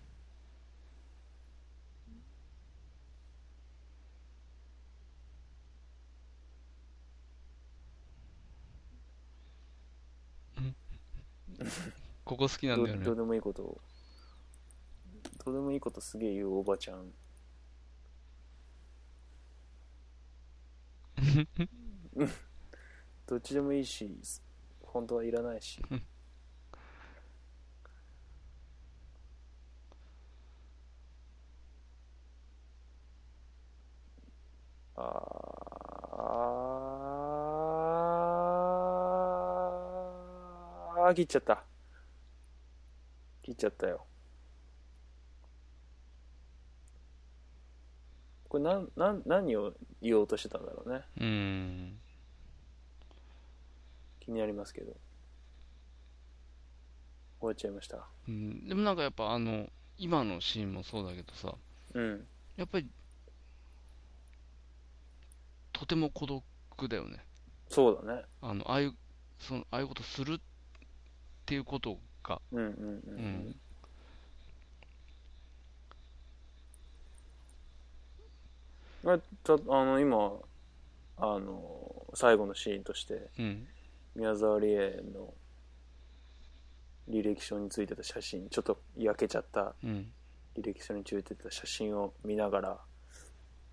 ここ好きなん
ど
だよ
どう
ね
でもいいことをどうでもいいことすげえ言うおばちゃ んうんどっちでもいいし本当はいらない しあーあー切っちゃった切っちゃったよこれなんなん何を言おうとしてたんだろうね
うん
気になりますけど終わっちゃいました
うんでもなんかやっぱあの今のシーンもそうだけどさ
うん
やっぱりとても孤独だよね
そうだね
あのああいうそのああいうことするっていうことが
うんうん
う
うん、
ん
あちょあの今あの最後のシーンとして
うん
宮沢りえの履歴書についてた写真ちょっと焼けちゃった
うん
履歴書についてた写真を見ながら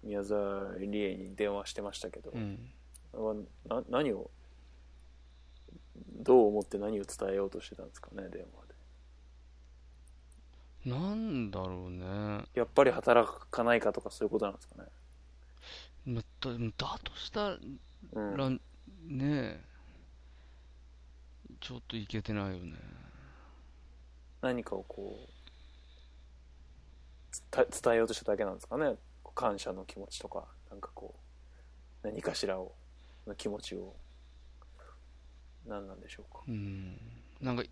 宮沢りえに電話してましたけど、
うん
な何をどう思って何を伝えようとしてたんですかね電話で
なんだろうね
やっぱり働かないかとかそういうことなんですかね
まだだとした
うん
らねえちょっといけてないよね
何かをこう伝え伝えようとしただけなんですかね感謝の気持ちとかなんかこう何かしらをの気持ちを何なんでしょうか
うんなんか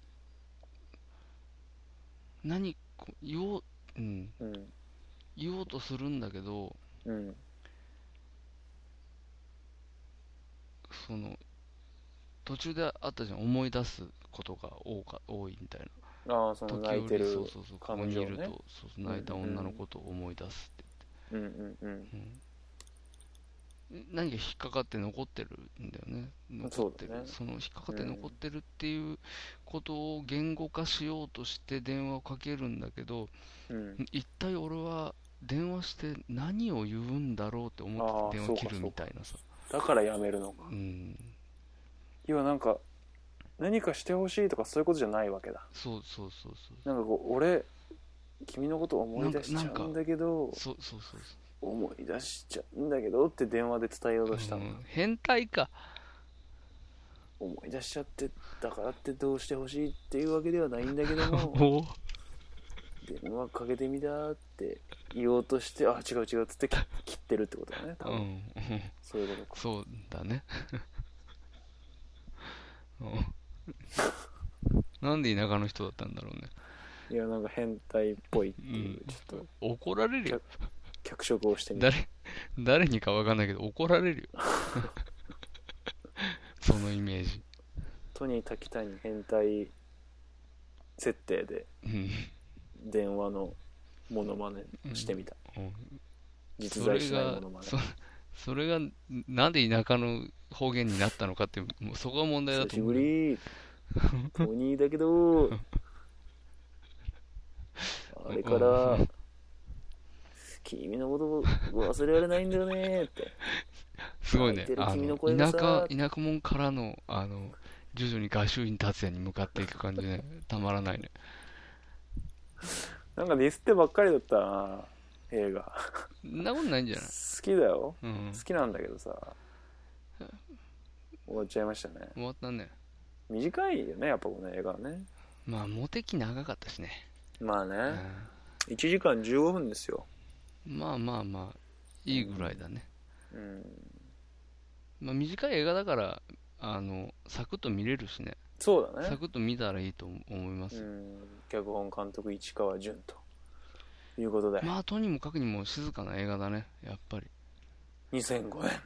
何こう言おう、うん、
うん
言おうとするんだけど
うん
その途中であったじゃん思い出すことが多か多いみたいな
ああその泣いてる
そうそうそうここにいる
彼
と、
女をね
そうそう泣いた女のことを思い出すって、
うんうんうん
うん何か引っかかって残ってるんだよね残ってる
そうだね
の引っかかって
うん
残ってるっていうことを言語化しようとして電話をかけるんだけど
うん
一体俺は電話して何を言うんだろうって思って電話切るみたいなさ
だからやめるのか
うん
要はなんか何かしてほしいとかそういうことじゃないわけだ
そうそうそうそう
なんかこう俺君のこと思い出しちゃうんだけど
そうそうそうそう
思い出しちゃうんだけどって電話で伝えようとしたの、
うん変態か
思い出しちゃってだからってどうしてほしいっていうわけではないんだけども
お
電話かけてみたって言おうとしてあ違う違うっつって切切ってるってことだね多
う
分、
んうん
そういうことか
そうだね。 うんなんで田舎の人だったんだろうね。
いやなんか変態っぽいっていう、
うん
ちょっと
怒られるよ。
脚色をしてみた
誰、誰にかわかんないけど怒られるよ。 そのイメージ。
トニー・タキタニ変態設定で
うん
電話のモノマネしてみた、
うん
実
そ
在
れ
しない
が
モノマネ
そそれがなんで田舎の方言になったのかってもうそこが問題だ
久
と
し
思
ぶ
う
りお兄だけどあれから君のこと忘れられないんだよねって
すごいね
泣いてる
あ
君
の
の声が
田
さ
舎田舎者からのあの徐々に画集院達也に向かっていく感じねたまらないね
なんかディスってばっかりだったな映画
そんなことないんじゃ
好
ない、
きだよ
うん
好、きなんだけどさ終わっちゃいましたね
終わったね
短いよねやっぱこの映画はね
まあモテ期長かったしね、
まあ
う
ね1時間15分ですよ
ん、まあまあまあいいぐらいだね、
うん
まあ、短い映画だからあのサクッと見れるしね
そうだ
サ
ね
クッと見たらいいと思います
う
よ、
ん脚本監督市川淳ということで
まあとにもかくにも静かな映画だねやっぱり
2005年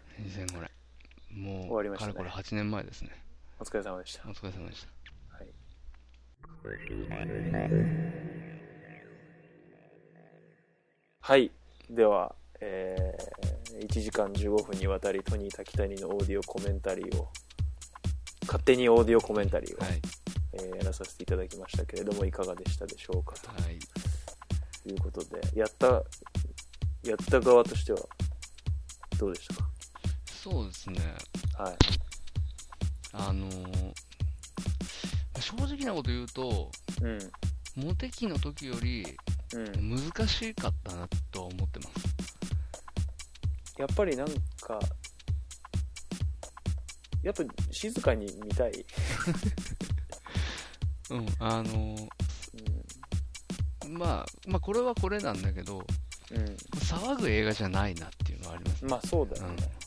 2005年もう
終わりましたね
かれこれ8年前ですね
お疲れ様でした
お疲れ様でした
はいはいでは、えー、1時間15分にわたりトニー・タキタニのオーディオコメンタリーを勝手にオーディオコメンタリーを、
はい
えーやらさせていただきましたけれどもいかがでしたでしょうか
はい
ということでやったやった側としてはどうでした
そうですね
かはい
あのー正直なこと言うと
うん
モテ期の時より
うん
難しかったなとは思ってます
やっぱりなんかやっぱ静かに見たい、
うんあのーまあまあこれはこれなんだけど
うんうん、
騒ぐ映画じゃないなっていうのはありますね
まあそうだよね、うん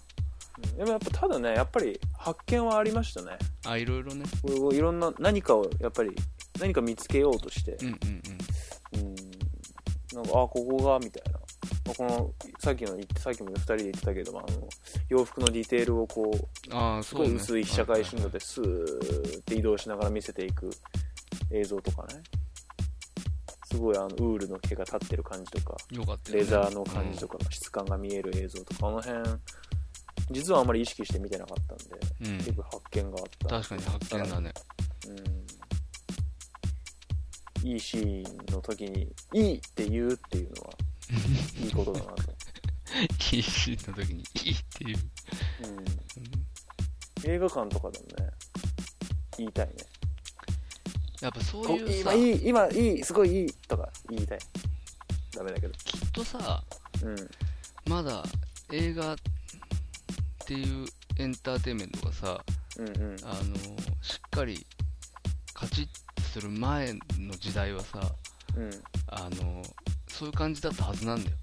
でもやっぱただねやっぱり発見はありましたね
あいろいろね
こういろんな何かをやっぱり何か見つけようとして
うんうんうん
うんなんかあここがみたいなまあこのさっきの言ってさっきも2人で言ってたけどもあの洋服のディテールをこう
ああ
す
そ
ご
う
い
ね
薄い被写界深度でスーって移動しながら見せていく映像とかねすごいあのウールの毛が立ってる感じとか
よかったよね
レザーの感じとか質感が見える映像とかあの辺実はあんまり意識して見てなかったんで
うんうん
結構発見があった
確かに発見だね
うんいいシーンの時に「いい!」って言うっていうの はいいことだなと、
禁止の時にいいっていう
うん、映画館とかでもね言いたいね
やっぱそう
こ
いう
今
さ
いい今いいすごいいいとか言いたいダメだけど
きっとさ
うん
まだ映画っていうエンターテインメントがさ
うんうん
あのしっかりカチッとする前の時代はさ
うん
あのそういう感じだったはずなんだよ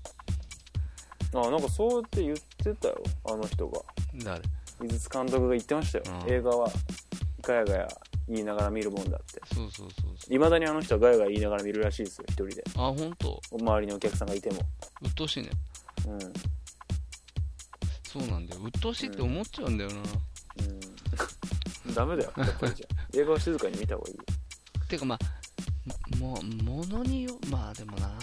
あなんかそうって言ってたよあの人が
だから
井筒監督が言ってましたよ、
うん
映画はガヤガヤ言いながら見るもんだって
そうそうそうそう
いまだにあの人はガヤガヤ言いながら見るらしいですよ一人で
あ本当
周りにお客さんがいても
鬱陶しいね
うん、うん、
そうなんだよ鬱陶しいって思っちゃうんだよな、
ダメだよやっぱりじゃあ映画は静かに見た方がいい
てかまあもものによまあでもな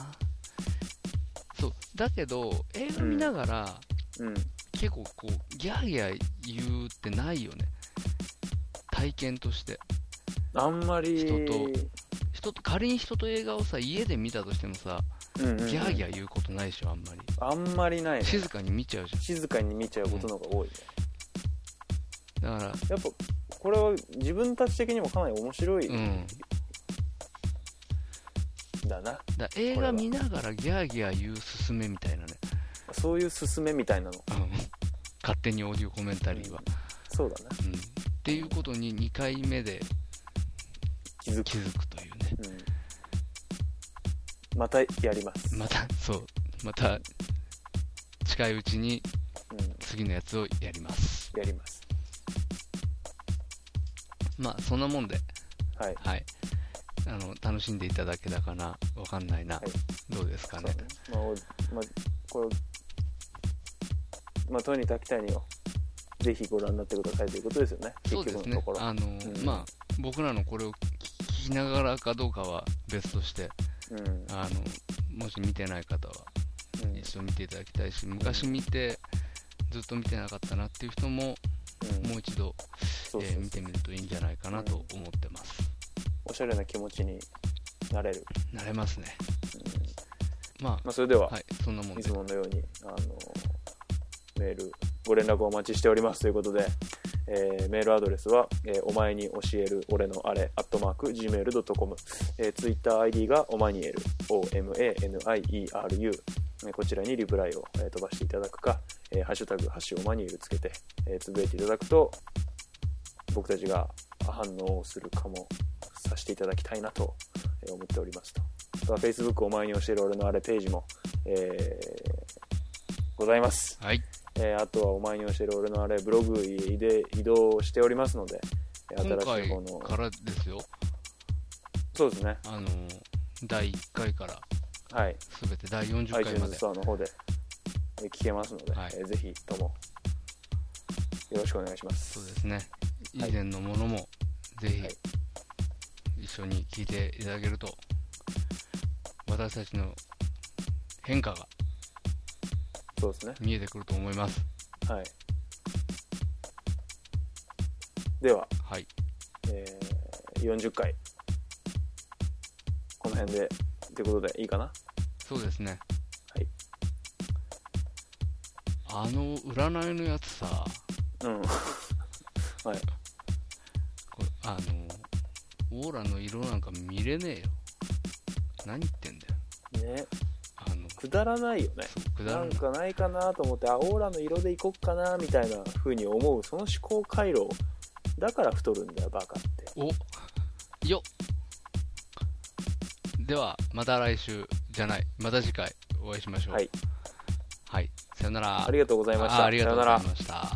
そうだけど映画見ながら、
うん
結構こうギャーギャー言うってないよね体験として
あんまり
人と人と仮に人と映画をさ家で見たとしてもさ
うんうんうん
ギャーギャー言うことないでしょあんまり
あんまりない、ね、
静かに見ちゃうじ
静かに見ちゃうことの方が多いね、
ゃんだから
やっぱこれは自分たち的にもかなり面白い
うんん
だな、
だから映画見ながらギャーギャー言うすすめみたいなね、
そういう勧めみたいなの
うん、勝手にオーディオコメンタリーは、
そうだね
うん、っていうことに2回目で
気づ
気
く、
づくというね
うん、またやります、
またそうまた近いうちに
うん、
次のやつをやります
やります
まあそんなもんで
はい
はいあの楽しんでいただけたかなわかんないな、
はい
どうですかね
そうまあおまあ、これまあトニー・タキタニをぜひご覧になってくださいということですよね
そう
結
です
局のとこ
ね
ろ、
あの、
うん
まあ僕らのこれを聞きながらかどうかは別として
うん、
あのもし見てない方は
うん
一度見ていただきたいし昔見てずっと見てなかったなっていう人も
うん
もう一度、
そうそう
え
そう
ー見てみるといいんじゃないかなと思ってます
おしゃれな気持ちになれる、
慣れますね
うん
ま
まあ、それでは、
あはいそんなもん
い
で
つものようにあのメールご連絡お待ちしておりますということで、えーメールアドレスは、えーお前に教える俺のあれアットマーク Gmail.com、えー、TwitterID がお前にえる OMANIERU えーこちらにリプライを、えー飛ばしていただくか、えーハッシュタグ、ハッシュオマニエルつけて、えーつぶやいていただくと、僕たちが反応をするかもさせていただきたいなとえー思っておりますと。あとは Facebook お前に教える俺のあれページも、えーございます。
はい
えーあとはお前に教える俺のあれブログへで移動しておりますので、えー
今
新しい
回
方の、
からですよ
そうですね、
あのー第1回から
はい、
全て第40回ま
iTunes
で
ストアの方でえー聞けますので、
はい
えーぜひともよろしくお願いします。
そうですね以
はい
前のものもぜ
は
ひ一緒に聞いていただけると私たちの変化が
そうですね。
見えてくると思います
はい。では、
はい
えー40回この辺でってことでいいかな
そうですね
はい
あの占いのやつさ
うん はい
これあのオーラの色なんか見れねえよ何言ってんだよ
ね
あの
くだらないよね
そうくだ
な
ら
ん
ない
かないかなと思ってあオーラの色でいこっかなみたいな風に思うその思考回路だから太るんだよバカって
およっではまた来週じゃないまた次回お会いしましょう
はい
はい、さよなら
ありがとうございました
あありがとうご
さ
ざ
よ
い
なら
ました